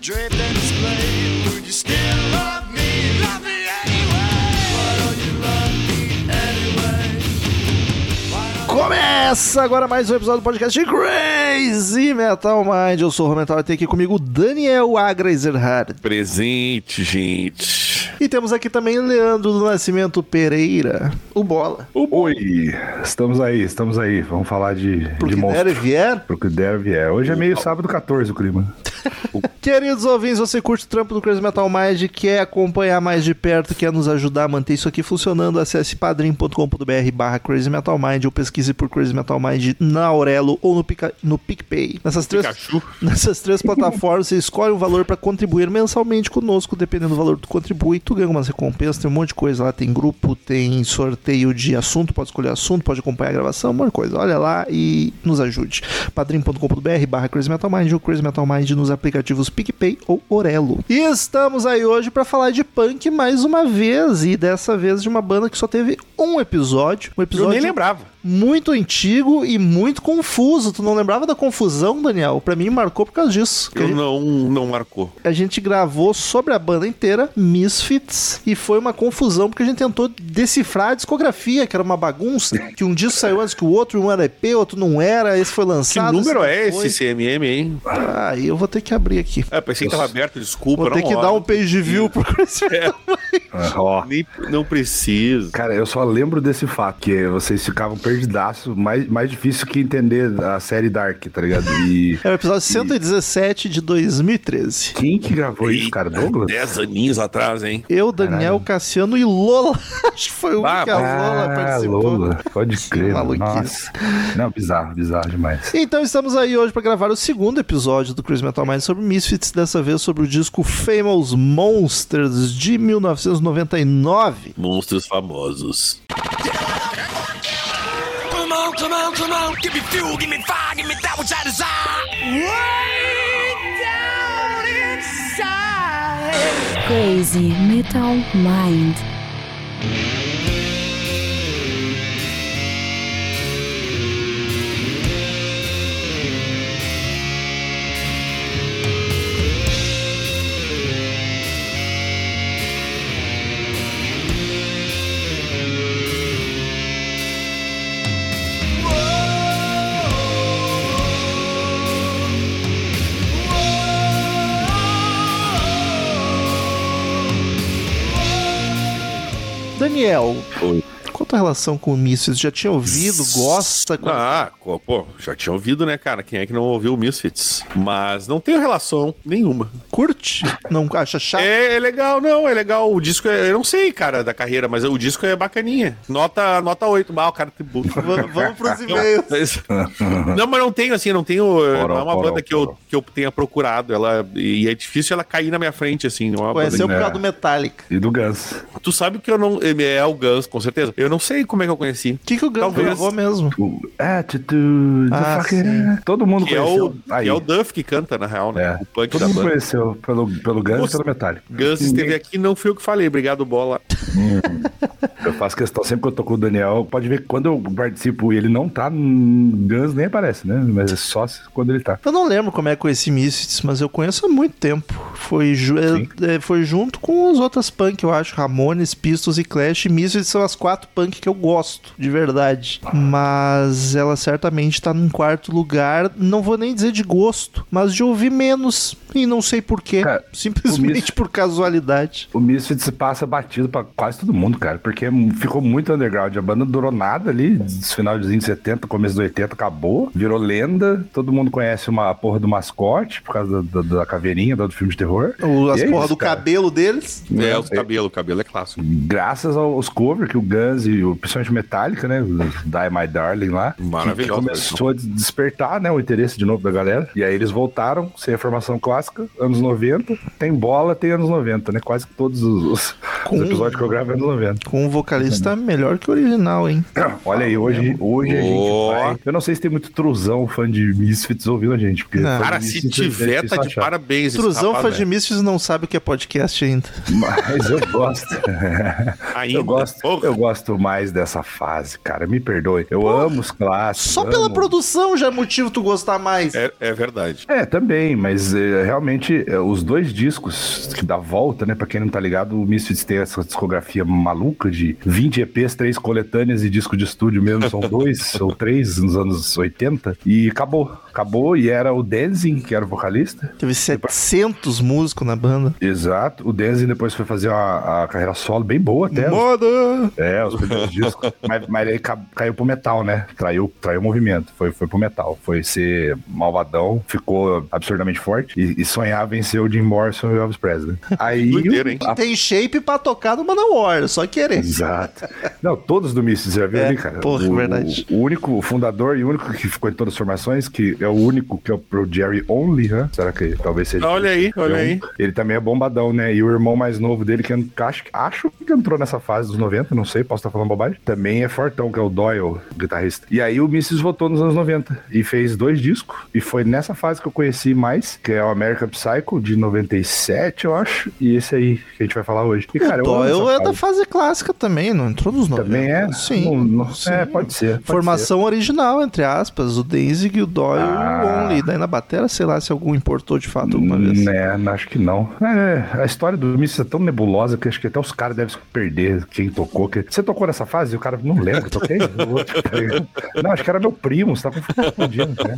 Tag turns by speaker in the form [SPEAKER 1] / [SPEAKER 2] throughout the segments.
[SPEAKER 1] drape and display. Would you still love me? Love me anyway. Why don't you love me anyway?
[SPEAKER 2] Começa agora mais um episódio do podcast Crazy Metal Mind. Eu sou o Romental e tem aqui comigo o Daniel Agraizerhard.
[SPEAKER 3] Presente, gente.
[SPEAKER 2] E temos aqui também Leandro do Nascimento Pereira, o Bola.
[SPEAKER 4] Oi, estamos aí, estamos aí. Vamos falar de,
[SPEAKER 2] Pro
[SPEAKER 4] de
[SPEAKER 2] que der e vier.
[SPEAKER 4] Pro que der e vier. Hoje é meio sábado 14 o clima.
[SPEAKER 2] Queridos ouvintes, você curte o trampo do Crazy Metal Mind, quer acompanhar mais de perto, quer nos ajudar a manter isso aqui funcionando, acesse padrim.com.br barra Crazy Metal Mind ou pesquise por Crazy Metal Mind na Aurelo ou no, Pica, no PicPay. Nessas três,
[SPEAKER 3] Pikachu.
[SPEAKER 2] nessas três plataformas, você escolhe um valor para contribuir mensalmente conosco, dependendo do valor que tu contribui, tu ganha algumas recompensas, tem um monte de coisa lá, tem grupo, tem sorteio de assunto, pode escolher assunto, pode acompanhar a gravação, um monte de coisa. Olha lá e nos ajude. padrim.com.br barra Crazy Metal Mind ou Crazy Metal Mind nos aplicativos PicPay ou Orelo. E estamos aí hoje para falar de punk mais uma vez, e dessa vez de uma banda que só teve um episódio, um
[SPEAKER 3] Eu
[SPEAKER 2] episódio
[SPEAKER 3] nem lembrava.
[SPEAKER 2] muito antigo e muito confuso. Tu não lembrava da confusão, Daniel? Pra mim marcou por causa disso. Que a
[SPEAKER 3] Eu
[SPEAKER 2] gente-
[SPEAKER 3] não, não marcou.
[SPEAKER 2] a gente gravou sobre a banda inteira, Misfits, e foi uma confusão porque a gente tentou decifrar a discografia, que era uma bagunça, que um disco saiu antes que o outro, um era EP, outro não era, esse foi
[SPEAKER 3] Que
[SPEAKER 2] lançado.
[SPEAKER 3] número
[SPEAKER 2] esse
[SPEAKER 3] é
[SPEAKER 2] não
[SPEAKER 3] esse CMM, hein?
[SPEAKER 2] foi. Ah, eu vou ter que abrir aqui.
[SPEAKER 3] Ah, pensei que tava aberto, desculpa.
[SPEAKER 2] Vou
[SPEAKER 3] não
[SPEAKER 2] ter que
[SPEAKER 3] olho.
[SPEAKER 2] dar um page view pro Chris
[SPEAKER 3] É.
[SPEAKER 4] Ó,
[SPEAKER 3] um Nem, não preciso.
[SPEAKER 4] Ah. cara, eu só lembro desse fato, que vocês ficavam perdidaço, mais, mais difícil que entender a série Dark, tá ligado? E
[SPEAKER 2] Era É o episódio 117 de 2013.
[SPEAKER 4] quem que gravou isso, cara? Douglas?
[SPEAKER 3] Dez aninhos atrás, hein?
[SPEAKER 2] Eu, Daniel, Cassiano e Lola. Acho que foi o
[SPEAKER 3] Ah,
[SPEAKER 2] que a Lola
[SPEAKER 4] Ah,
[SPEAKER 2] participou.
[SPEAKER 4] Lola, pode
[SPEAKER 2] Que
[SPEAKER 4] crer, mano.
[SPEAKER 2] maluquice.
[SPEAKER 4] nossa. Não, bizarro, bizarro demais.
[SPEAKER 2] Então estamos aí hoje para gravar o segundo episódio do Chris Metal Mind sobre Misfits, dessa vez sobre o disco Famous Monsters de 1999.
[SPEAKER 3] Monstros famosos.
[SPEAKER 5] Come on, come on, come on. Give me fuel, give me fire, give me that which I desire. Way down inside.
[SPEAKER 6] Crazy Metal Mind.
[SPEAKER 2] Daniel,
[SPEAKER 3] Oi.
[SPEAKER 2] qual a tua relação com o Misfits? Já tinha ouvido? Gosta?
[SPEAKER 3] Ah, co- pô, já tinha ouvido, né, cara? Quem é que não ouviu o Misfits? Mas não tenho relação nenhuma.
[SPEAKER 2] Curte? Não acha chato?
[SPEAKER 3] É, é legal, não, é legal. O disco é. Eu não sei, cara, da carreira, mas o disco é bacaninha. Nota, nota 8. Mal, cara, tributo.
[SPEAKER 2] V- Vamos pros e-mails.
[SPEAKER 3] Mas- Não, mas não tenho, assim, não tenho. não é uma
[SPEAKER 4] porão,
[SPEAKER 3] banda que eu,
[SPEAKER 4] porão.
[SPEAKER 3] que eu tenha procurado. Ela, e é difícil ela cair na minha frente, assim. Não é uma banda
[SPEAKER 2] Conheceu por
[SPEAKER 4] É.
[SPEAKER 2] causa do Metallica.
[SPEAKER 4] E do Guns.
[SPEAKER 3] que- Tu sabe que eu não. É o Guns, com certeza. Eu não sei como é que eu conheci.
[SPEAKER 2] O que, que o Graham
[SPEAKER 3] Talvez.
[SPEAKER 2] gravou mesmo?
[SPEAKER 4] O Attitude.
[SPEAKER 2] Ah,
[SPEAKER 4] fucking-
[SPEAKER 2] sim.
[SPEAKER 4] Todo mundo
[SPEAKER 3] Que é, o,
[SPEAKER 4] conheceu.
[SPEAKER 3] que é o Duff que canta, na real, né?
[SPEAKER 4] É.
[SPEAKER 3] O punk
[SPEAKER 4] Todo
[SPEAKER 3] da
[SPEAKER 4] mundo
[SPEAKER 3] banda.
[SPEAKER 4] conheceu pelo, pelo Guns e
[SPEAKER 3] Nossa.
[SPEAKER 4] pelo Metallica.
[SPEAKER 3] Guns esteve aqui, não fui eu que falei. Obrigado, bola.
[SPEAKER 4] Eu faço questão, sempre que eu tô com o Daniel, pode ver que quando eu participo e ele não tá, hum, Guns nem aparece, né? Mas é só se- quando ele tá.
[SPEAKER 2] Eu não lembro como é que eu conheci Misfits, mas eu conheço há muito tempo. Foi, ju-
[SPEAKER 4] Sim.
[SPEAKER 2] é, foi junto com os outras punk, eu acho. Ramones, Pistols e Clash. E Misfits são as quatro punk que eu gosto, de verdade.
[SPEAKER 4] Ah.
[SPEAKER 2] Mas ela certamente tá num quarto lugar. Não vou nem dizer de gosto, mas de ouvir menos. E não sei porquê.
[SPEAKER 4] Cara, o
[SPEAKER 2] Simplesmente
[SPEAKER 4] Misfits-
[SPEAKER 2] por casualidade.
[SPEAKER 4] O Misfits passa batido pra quase todo mundo, cara, porque m- ficou muito underground. A banda não durou nada ali, dos finalzinhos de 70, começo do 80, acabou. Virou lenda, todo mundo conhece uma a porra do mascote, por causa da, da- da caveirinha, do filme de terror.
[SPEAKER 2] O- As
[SPEAKER 4] E é
[SPEAKER 2] porra
[SPEAKER 4] isso,
[SPEAKER 2] do
[SPEAKER 4] cara.
[SPEAKER 2] cabelo deles.
[SPEAKER 3] É, o cabelo, o cabelo é clássico.
[SPEAKER 4] graças aos covers que o Guns e o principalmente o Metallica, né? o Die My Darling lá.
[SPEAKER 3] Maravilhosa
[SPEAKER 4] que Começou a des- despertar, né? O interesse de novo da galera. E aí eles voltaram, sem a formação clássica, anos 90. Tem bola, tem anos 90, né? Quase que todos os, os, Os episódios que eu gravo é nos 90.
[SPEAKER 2] Com um vocalista melhor que o original, hein?
[SPEAKER 4] Olha aí, hoje, hoje a
[SPEAKER 3] Ó.
[SPEAKER 4] gente vai. Eu não sei se tem muito trusão fã de Misfits ouvindo a gente. Porque
[SPEAKER 2] Não.
[SPEAKER 4] fã
[SPEAKER 3] Cara,
[SPEAKER 4] de
[SPEAKER 3] se
[SPEAKER 4] Misfits, é
[SPEAKER 3] tiver,
[SPEAKER 4] difícil
[SPEAKER 3] tá de
[SPEAKER 4] achar.
[SPEAKER 3] parabéns. esse
[SPEAKER 2] Truzão
[SPEAKER 3] rapaz, né?
[SPEAKER 2] fã de
[SPEAKER 3] velho.
[SPEAKER 2] Misfits não sabe o que é podcast ainda.
[SPEAKER 4] Mas eu gosto.
[SPEAKER 3] Ainda,
[SPEAKER 4] eu, gosto
[SPEAKER 3] porra.
[SPEAKER 4] eu gosto mais dessa fase, cara. Me perdoe. Eu amo os clássicos.
[SPEAKER 2] Só pela
[SPEAKER 4] amo-
[SPEAKER 2] produção já é motivo tu gostar mais.
[SPEAKER 3] É, é verdade.
[SPEAKER 4] É, também, mas é, realmente é, os dois discos que dá volta, né? Pra quem não tá ligado, o Misfits tem essa discografia maluca de 20 EPs, três coletâneas e disco de estúdio mesmo, são dois ou três nos anos 80. E acabou. Acabou e era o Denzin, que era o vocalista.
[SPEAKER 2] Teve 700 músicos na banda.
[SPEAKER 4] Exato. O Denzin depois foi fazer uma, a carreira solo bem boa até.
[SPEAKER 2] Moda!
[SPEAKER 4] É, os primeiros discos. Mas, mas ele ca- caiu pro metal, né? Traiu, traiu o movimento. Foi, foi pro metal. Foi ser malvadão, ficou absurdamente forte e, e sonhava em ser o Jim Morrison e o Elvis Presley. Aí.
[SPEAKER 3] Doideira, hein?
[SPEAKER 4] a-
[SPEAKER 2] Tem shape pra tocar no Manowar, é só querer.
[SPEAKER 4] Exato. Não, todos do Misfits, já viu
[SPEAKER 2] É,
[SPEAKER 4] ali, cara?
[SPEAKER 2] porra,
[SPEAKER 4] o,
[SPEAKER 2] verdade.
[SPEAKER 4] O, o único, o fundador e o único que ficou em todas as formações, que é o único que é o pro Jerry Only, né? Será que talvez seja.
[SPEAKER 3] Olha aí, olha aí.
[SPEAKER 4] Ele também é bombadão, né? E o irmão mais novo dele, que en- acho, acho que entrou nessa fase dos 90, não sei, posso estar falando bobagem, também é fortão, que é o Doyle, guitarrista. E aí o Misses votou nos anos 90 e fez dois discos. E foi nessa fase que eu conheci mais, que é o American Psycho, de 97, eu acho, e esse aí que a gente vai falar hoje. E, cara,
[SPEAKER 2] o
[SPEAKER 4] eu amo
[SPEAKER 2] Doyle
[SPEAKER 4] essa
[SPEAKER 2] é da
[SPEAKER 4] fase.
[SPEAKER 2] fase clássica também, não entrou nos 90.
[SPEAKER 4] um Também é?
[SPEAKER 2] Sim.
[SPEAKER 4] Não- não-
[SPEAKER 2] sim.
[SPEAKER 4] É, pode ser. pode
[SPEAKER 2] Formação original, entre aspas, o Danzig, o Doyle e o
[SPEAKER 4] Ah.
[SPEAKER 2] Only. Daí na batera, sei lá se algum importou de fato alguma vez.
[SPEAKER 4] Né, não, acho que não. É, a história do Misfits é tão nebulosa que acho que até os caras devem se perder quem tocou. que- Você tocou nessa fase? E o cara não lembra que eu toquei? O outro, tá ligado? não, acho que era meu primo, você tá confundindo. Né?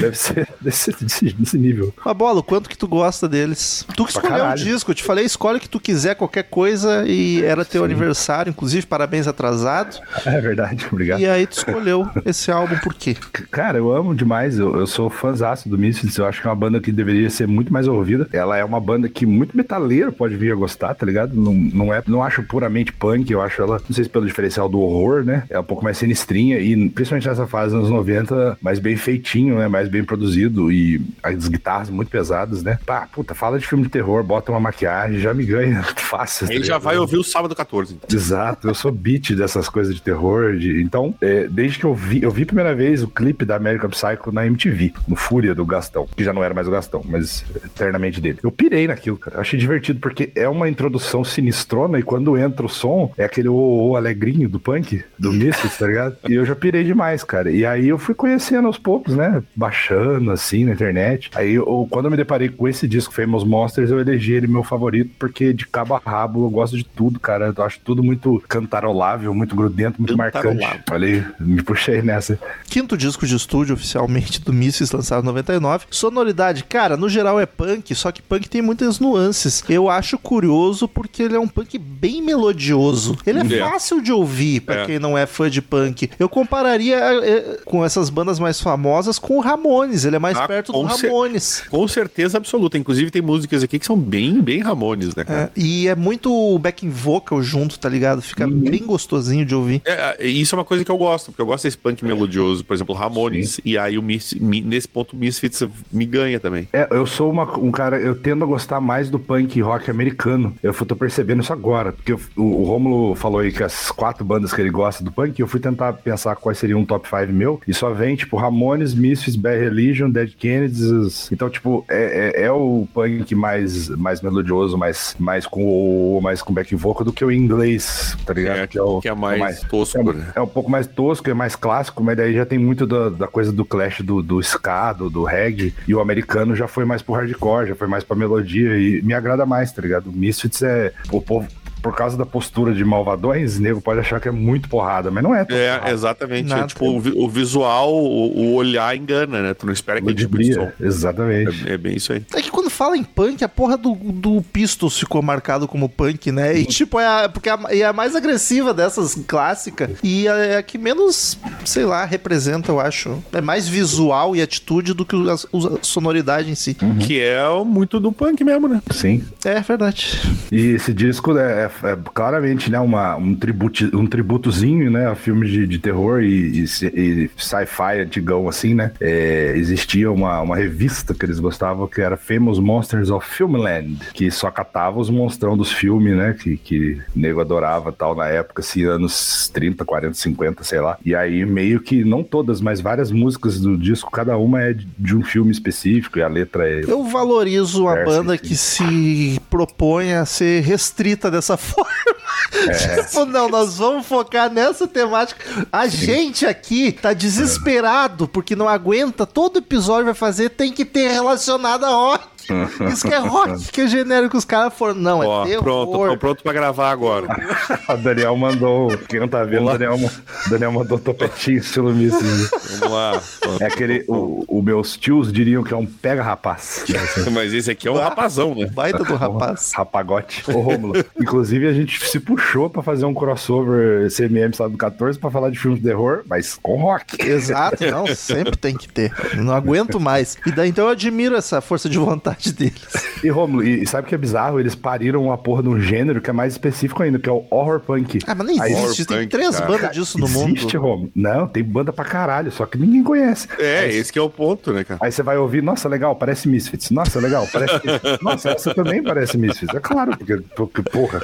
[SPEAKER 4] Deve ser desse, desse- desse nível.
[SPEAKER 2] Mas bola, o quanto que tu gosta deles? Tu que
[SPEAKER 4] Pra
[SPEAKER 2] escolheu o
[SPEAKER 4] caralho.
[SPEAKER 2] disco, eu te falei, escolhe o que tu quiser, qualquer coisa, e era teu aniversário, inclusive, parabéns atrasado.
[SPEAKER 4] É verdade, obrigado.
[SPEAKER 2] E aí tu escolheu esse álbum por quê?
[SPEAKER 4] Cara, eu amo demais. Eu, eu sou fãzaço do Misfits. Eu acho que é uma banda que deveria ser muito mais ouvida. Ela é uma banda que muito metaleiro pode vir a gostar, tá ligado? Não, não é, não acho puramente punk. Eu acho ela, não sei se pelo diferencial do horror, né? É um pouco mais sinistrinha e principalmente nessa fase dos anos 90, mais bem feitinho, né? Mais bem produzido e as guitarras muito pesadas, né? Pá, puta, fala de filme de terror, bota uma maquiagem, já me ganha fácil. tá
[SPEAKER 3] Ele já
[SPEAKER 4] ligado?
[SPEAKER 3] vai ouvir o sábado 14, então.
[SPEAKER 4] Exato, eu sou beat dessas coisas de terror. de- Então, é, desde que eu vi, eu vi a primeira vez o clipe da American Psycho na MTV, no Fúria do Gastão, que já não era mais o Gastão, mas eternamente dele. Eu pirei naquilo, cara. Eu achei divertido, porque é uma introdução sinistrona e quando entra o som, é aquele ô, ô alegrinho do punk, do Misfits, tá ligado? E eu já pirei demais, cara. E aí eu fui conhecendo aos poucos, né? Baixando assim na internet. Aí eu, quando eu me deparei com esse disco Famous Monsters, eu elegi ele meu favorito, porque de cabo a rabo eu gosto de tudo, cara. Eu acho tudo muito cantarolável, muito grudento, muito marcante.
[SPEAKER 3] Cantarolável.
[SPEAKER 4] Olha aí, me puxei nessa.
[SPEAKER 2] Quinto disco de estúdio oficialmente do Misfits, lançado em 99. Sonoridade, cara, no geral é punk, só que punk tem muitas nuances. Eu acho curioso porque ele é um punk bem melodioso. Ele é
[SPEAKER 3] É.
[SPEAKER 2] fácil de ouvir pra
[SPEAKER 3] É.
[SPEAKER 2] quem não é fã de punk. Eu compararia eh, com essas bandas mais famosas com o Ramones. Ele é mais
[SPEAKER 3] Ah,
[SPEAKER 2] perto do
[SPEAKER 3] com cer-
[SPEAKER 2] Ramones.
[SPEAKER 3] Com certeza absoluta. Inclusive, tem músicas aqui que são bem, bem Ramones, né, cara?
[SPEAKER 2] É, e é muito backing vocal junto, tá ligado? Fica
[SPEAKER 3] Uhum.
[SPEAKER 2] bem gostosinho de ouvir.
[SPEAKER 3] É, é, isso é uma coisa que eu gosto, porque eu gosto desse punk melodioso, por exemplo, Ramones. E aí, o Mis- Mi- nesse ponto, o Misfits me ganha também.
[SPEAKER 4] É, eu sou uma- um cara, eu tendo a gostar mais do punk rock americano. Eu fui- tô percebendo isso agora, porque eu- o, o Romulo falou aí que as quatro bandas que ele gosta do punk, eu fui tentar pensar quais seriam um top 5 meu, e só vem, tipo, Ramones, Misfits, Bad Religion, Dead Kennedys. Então, tipo, é, é- é o punk mais, mais melodioso, mais, mais com o mais com back vocal do que o inglês, tá ligado?
[SPEAKER 3] É, que é mais tosco,
[SPEAKER 4] é,
[SPEAKER 3] né?
[SPEAKER 4] é um pouco mais tosco, é mais clássico, mas daí já tem muito da, da coisa do clash do, do ska, do, do reggae, e o americano já foi mais pro hardcore, já foi mais pra melodia, e me agrada mais, tá ligado? O Misfits é o povo, por causa da postura de malvadões, nego pode achar que é muito porrada, mas não é. tão
[SPEAKER 3] É,
[SPEAKER 4] porrada.
[SPEAKER 3] exatamente.
[SPEAKER 2] Nada.
[SPEAKER 3] É, tipo, o, vi- o visual, o, o olhar engana, né? Tu não
[SPEAKER 1] é
[SPEAKER 3] espera aquele tipo de som.
[SPEAKER 4] Ludibria, exatamente.
[SPEAKER 3] É, é bem isso aí.
[SPEAKER 2] É que quando fala em punk, a porra do, do Pistols ficou marcado como punk, né? E tipo, é a, porque é a, é a mais agressiva dessas clássica e é a que menos, sei lá, representa, eu acho. É mais visual e atitude do que a, a sonoridade
[SPEAKER 1] Uhum.
[SPEAKER 2] em si.
[SPEAKER 3] Que é muito do punk mesmo, né?
[SPEAKER 4] Sim.
[SPEAKER 2] É verdade.
[SPEAKER 4] E esse disco né, é, é claramente, né, uma, um, tribute, um tributozinho, né, a filmes de, de terror e, e ci- e sci-fi antigão, assim, né, É, existia uma, uma revista que eles gostavam que era Famous Monsters of Filmland, que só catava os monstrão dos filmes, né, que, que o nego adorava tal na época, assim, anos 30, 40, 50, sei lá. E aí meio que, não todas, mas várias músicas do disco, cada uma é de, de um filme específico e a letra é...
[SPEAKER 2] Eu valorizo a
[SPEAKER 3] É,
[SPEAKER 4] Percy,
[SPEAKER 2] banda
[SPEAKER 4] sim.
[SPEAKER 2] que se propõe a ser restrita dessa forma.
[SPEAKER 3] É.
[SPEAKER 2] Tipo, não, nós vamos focar nessa temática. A gente aqui tá desesperado porque não aguenta. Todo episódio vai fazer tem que ter relacionado a rock. Isso que é rock, que é genérico. Os caras foram, não, é
[SPEAKER 3] Ó,
[SPEAKER 2] terror.
[SPEAKER 3] pronto, tô pronto pra gravar agora.
[SPEAKER 4] O Daniel mandou. Quem não tá vendo, o
[SPEAKER 3] Olá.
[SPEAKER 4] Daniel, o Daniel mandou topetinho estilo Mrs.
[SPEAKER 3] Vamos lá.
[SPEAKER 4] É aquele. O, o meus tios diriam que é um pega rapaz. né, assim,
[SPEAKER 3] Mas esse aqui é um rapazão, né?
[SPEAKER 2] Baita do rapaz.
[SPEAKER 4] Rapagote. Ô, Rômulo. Inclusive, a gente se puxou pra fazer um crossover CMM Sábado 14 pra falar de filmes de terror, mas com rock.
[SPEAKER 2] Exato, não, sempre tem que ter. Não aguento mais. E daí então eu admiro essa força de vontade deles.
[SPEAKER 4] E, Rômulo, e, e sabe o que é bizarro? Eles pariram uma porra de um gênero que é mais específico ainda, que é o horror punk.
[SPEAKER 2] Ah, mas nem
[SPEAKER 4] Aí-
[SPEAKER 2] existe. Tem
[SPEAKER 3] Horror punk,
[SPEAKER 2] três
[SPEAKER 3] cara.
[SPEAKER 2] bandas disso no mundo.
[SPEAKER 4] Existe, Romulo. Não, tem banda pra caralho, só que ninguém conhece.
[SPEAKER 3] É, esse que é o ponto, né, cara?
[SPEAKER 4] Aí você vai ouvir, nossa, legal, parece Misfits. Nossa, legal, parece. nossa, essa também parece Misfits. É claro, porque, porque porra.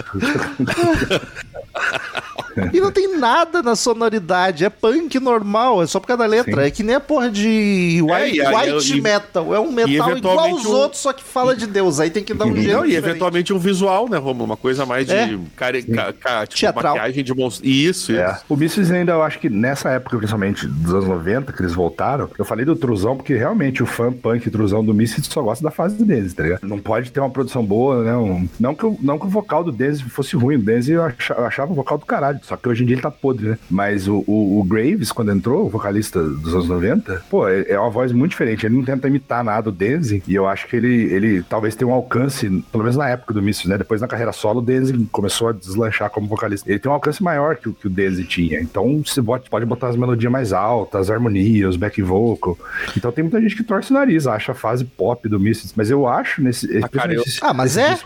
[SPEAKER 2] E não tem nada na sonoridade. É punk normal, é só por causa da letra. É que nem a porra de white,
[SPEAKER 3] É, e aí,
[SPEAKER 2] white
[SPEAKER 3] e-
[SPEAKER 2] metal. É um metal igual
[SPEAKER 3] eventualmente
[SPEAKER 2] aos
[SPEAKER 3] um-
[SPEAKER 2] outros, só que fala de Deus. Aí tem que dar um jeito.
[SPEAKER 3] Não, e
[SPEAKER 2] diferente.
[SPEAKER 3] eventualmente um visual, né, Romulo? Uma coisa mais de
[SPEAKER 2] É.
[SPEAKER 3] care- ca- ca- tipo,
[SPEAKER 2] Teatral.
[SPEAKER 3] maquiagem de monstro. Isso, isso.
[SPEAKER 4] É. O Misfits ainda, eu acho que nessa época, principalmente dos anos 90, que eles voltaram, eu falei do Truzão, porque realmente o fã punk e Truzão do Misfits só gosta da fase deles, tá ligado? Não pode ter uma produção boa, né? Um- Não, que, o- não que o vocal do Denzi fosse ruim, o Denzi eu acha- eu achava o vocal do caralho, só que hoje em dia ele tá podre, né? Mas o, o- o Graves, quando entrou, o vocalista dos anos 90, pô, é é uma voz muito diferente, ele não tenta imitar nada do Denzi, e eu acho que ele, ele talvez tenha um alcance, pelo menos na época do Misfits, né? Depois na carreira solo, o Denzi começou a deslanchar como vocalista. Ele tem um alcance maior que, o- que o Denzi tinha. Então, você bota- pode botar as melodias mais altas, as harmonias, os back vocal. Então, tem muita gente que torce o nariz, acha a fase pop do Misfits. Mas eu acho nesse...
[SPEAKER 3] cara, eu-
[SPEAKER 4] esse-
[SPEAKER 2] Ah, mas é?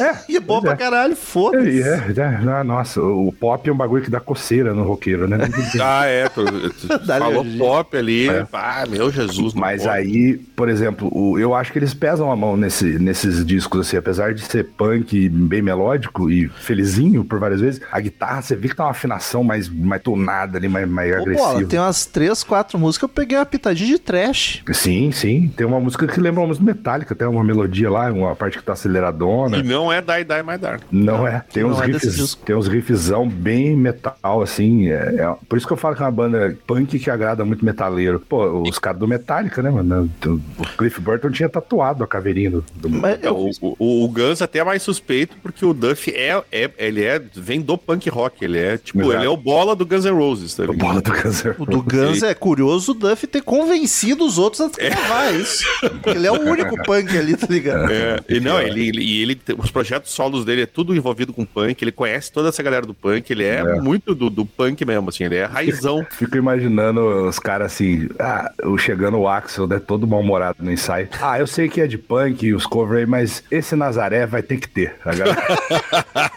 [SPEAKER 4] É,
[SPEAKER 2] E é bom pra
[SPEAKER 4] pois é.
[SPEAKER 2] caralho,
[SPEAKER 4] É,
[SPEAKER 2] foda-se.
[SPEAKER 4] é, é, ah, nossa, o pop é um bagulho que dá coceira no roqueiro, né?
[SPEAKER 3] Ah, é. tu- tu- tu
[SPEAKER 2] Dá
[SPEAKER 3] falou
[SPEAKER 2] alergia.
[SPEAKER 3] top ali. Ah, meu Jesus. não
[SPEAKER 4] Mas
[SPEAKER 3] pode.
[SPEAKER 4] aí, por exemplo, o- eu acho que eles pesam a mão nesse- nesses discos, assim, apesar de ser punk bem melódico e felizinho por várias vezes, a guitarra você vê que tá uma afinação mais, mais tonada ali, mais, mais
[SPEAKER 3] é
[SPEAKER 2] Ô, bola,
[SPEAKER 4] agressiva.
[SPEAKER 2] tem um umas três, quatro músicas, eu peguei uma pitadinha de trash.
[SPEAKER 4] Sim, sim. Tem uma música que lembra uma música metálica, tem uma melodia lá, uma parte que tá aceleradona.
[SPEAKER 3] E não é Die Die My Dark.
[SPEAKER 4] Não é. Tem
[SPEAKER 2] Não
[SPEAKER 4] uns,
[SPEAKER 2] é desse
[SPEAKER 4] riffs,
[SPEAKER 2] disco.
[SPEAKER 4] tem uns riffzão bem metal, assim. é- é- por isso que eu falo que é uma banda punk que agrada muito metaleiro. Pô, os caras do Metallica, né, mano? O Cliff Burton tinha tatuado a caveirinha do. do
[SPEAKER 2] Mas é eu-
[SPEAKER 3] É, O, o, o Guns até é mais suspeito, porque o Duff é, é, ele é, vem do punk rock. Ele é, tipo,
[SPEAKER 4] Exato.
[SPEAKER 3] ele é o bola do Guns N' Roses, tá
[SPEAKER 4] do
[SPEAKER 3] ligado?
[SPEAKER 4] Bola do Câncer.
[SPEAKER 2] O do Guns é curioso o Duff ter convencido os outros a
[SPEAKER 3] É.
[SPEAKER 2] gravar isso. Porque ele é o único punk ali, tá ligado?
[SPEAKER 3] É, e não, ele, ele- e ele, tem- os projetos solos dele é tudo envolvido com punk, ele conhece toda essa galera do punk, ele é, muito do, do punk mesmo, assim, ele é raizão.
[SPEAKER 4] Fico imaginando os caras assim, ah, o- chegando o Axel, né? Todo mal-humorado no ensaio. Ah, eu sei que é de punk e os covers aí, mas esse Nazaré vai ter que ter. A galera,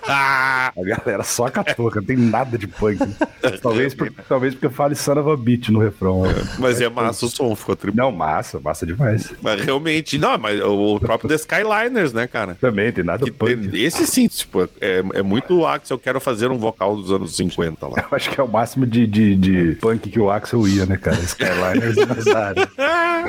[SPEAKER 3] Ah,
[SPEAKER 4] a galera só catuca, não tem nada de punk.
[SPEAKER 2] É,
[SPEAKER 4] Talvez, por- talvez porque eu fale Son of a Beat no refrão. né?
[SPEAKER 3] Mas é massa o som, ficou tri...
[SPEAKER 4] Não, massa, massa demais.
[SPEAKER 3] Mas realmente, não, mas o, o próprio The Skyliners, né, cara?
[SPEAKER 4] Também tem nada
[SPEAKER 3] Que
[SPEAKER 4] punk.
[SPEAKER 3] tem- esse sim, tipo, é, é muito o Axel, quero fazer um vocal dos anos 50 lá.
[SPEAKER 4] Eu acho que é o máximo de, de, de punk que o Axel ia, né, cara? Skyliners e Nazaré.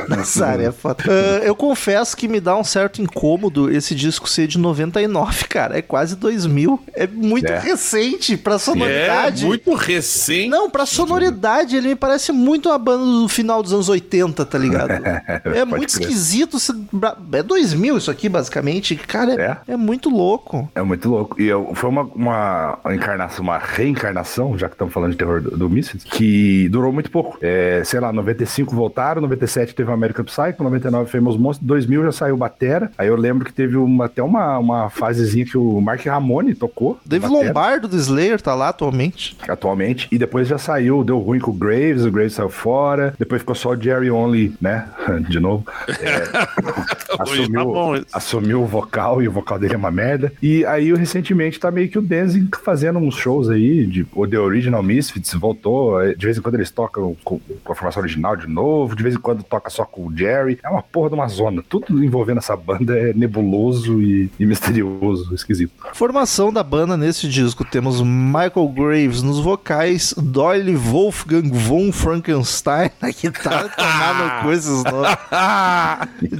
[SPEAKER 2] Nazaré é foda. Ah, eu confesso que me dá um certo incômodo esse disco ser de 99, cara. É quase 2000. É muito
[SPEAKER 4] É.
[SPEAKER 2] recente pra sonoridade.
[SPEAKER 3] É muito recente.
[SPEAKER 2] Não, pra sonoridade ele me parece muito uma banda do final dos anos 80, tá ligado? é
[SPEAKER 4] Pode
[SPEAKER 2] muito
[SPEAKER 4] crer.
[SPEAKER 2] esquisito. esse bra- É 2000 isso aqui, basicamente. Cara, é- é muito louco.
[SPEAKER 4] É muito louco. E eu- foi uma, uma encarnação, uma reencarnação, já que estamos falando de terror do, do Misfits, que durou muito pouco. É, sei lá, 95 voltaram, 97 teve o American Psycho, 99 Famous Monsters, 2000 já saiu Batera. Aí eu lembro que teve uma- até uma, uma fasezinha que o Mark Ramone tocou.
[SPEAKER 2] Dave
[SPEAKER 4] Batera,
[SPEAKER 2] Lombardo do Slayer tá lá atualmente.
[SPEAKER 4] Atualmente. E depois já saiu, deu ruim com o Graves, o Graves saiu fora. Depois ficou só o Jerry Only, né? De novo. É,
[SPEAKER 1] Hoje tá bom isso.
[SPEAKER 4] assumiu, assumiu o vocal e o vocal dele é uma merda. E aí, recentemente, tá meio que o Denzin fazendo uns shows aí, de, o The Original Misfits voltou. eh, De vez em quando eles tocam com, com a formação original de novo, de vez em quando toca só com o Jerry. É uma porra de uma zona. Tudo envolvendo essa banda é nebuloso e, e misterioso, esquisito.
[SPEAKER 2] Formação da banda nesse disco temos Michael Graves nos vocais, Doyle Wolfgang von Frankenstein na guitarra, tomar no cu esses nomes.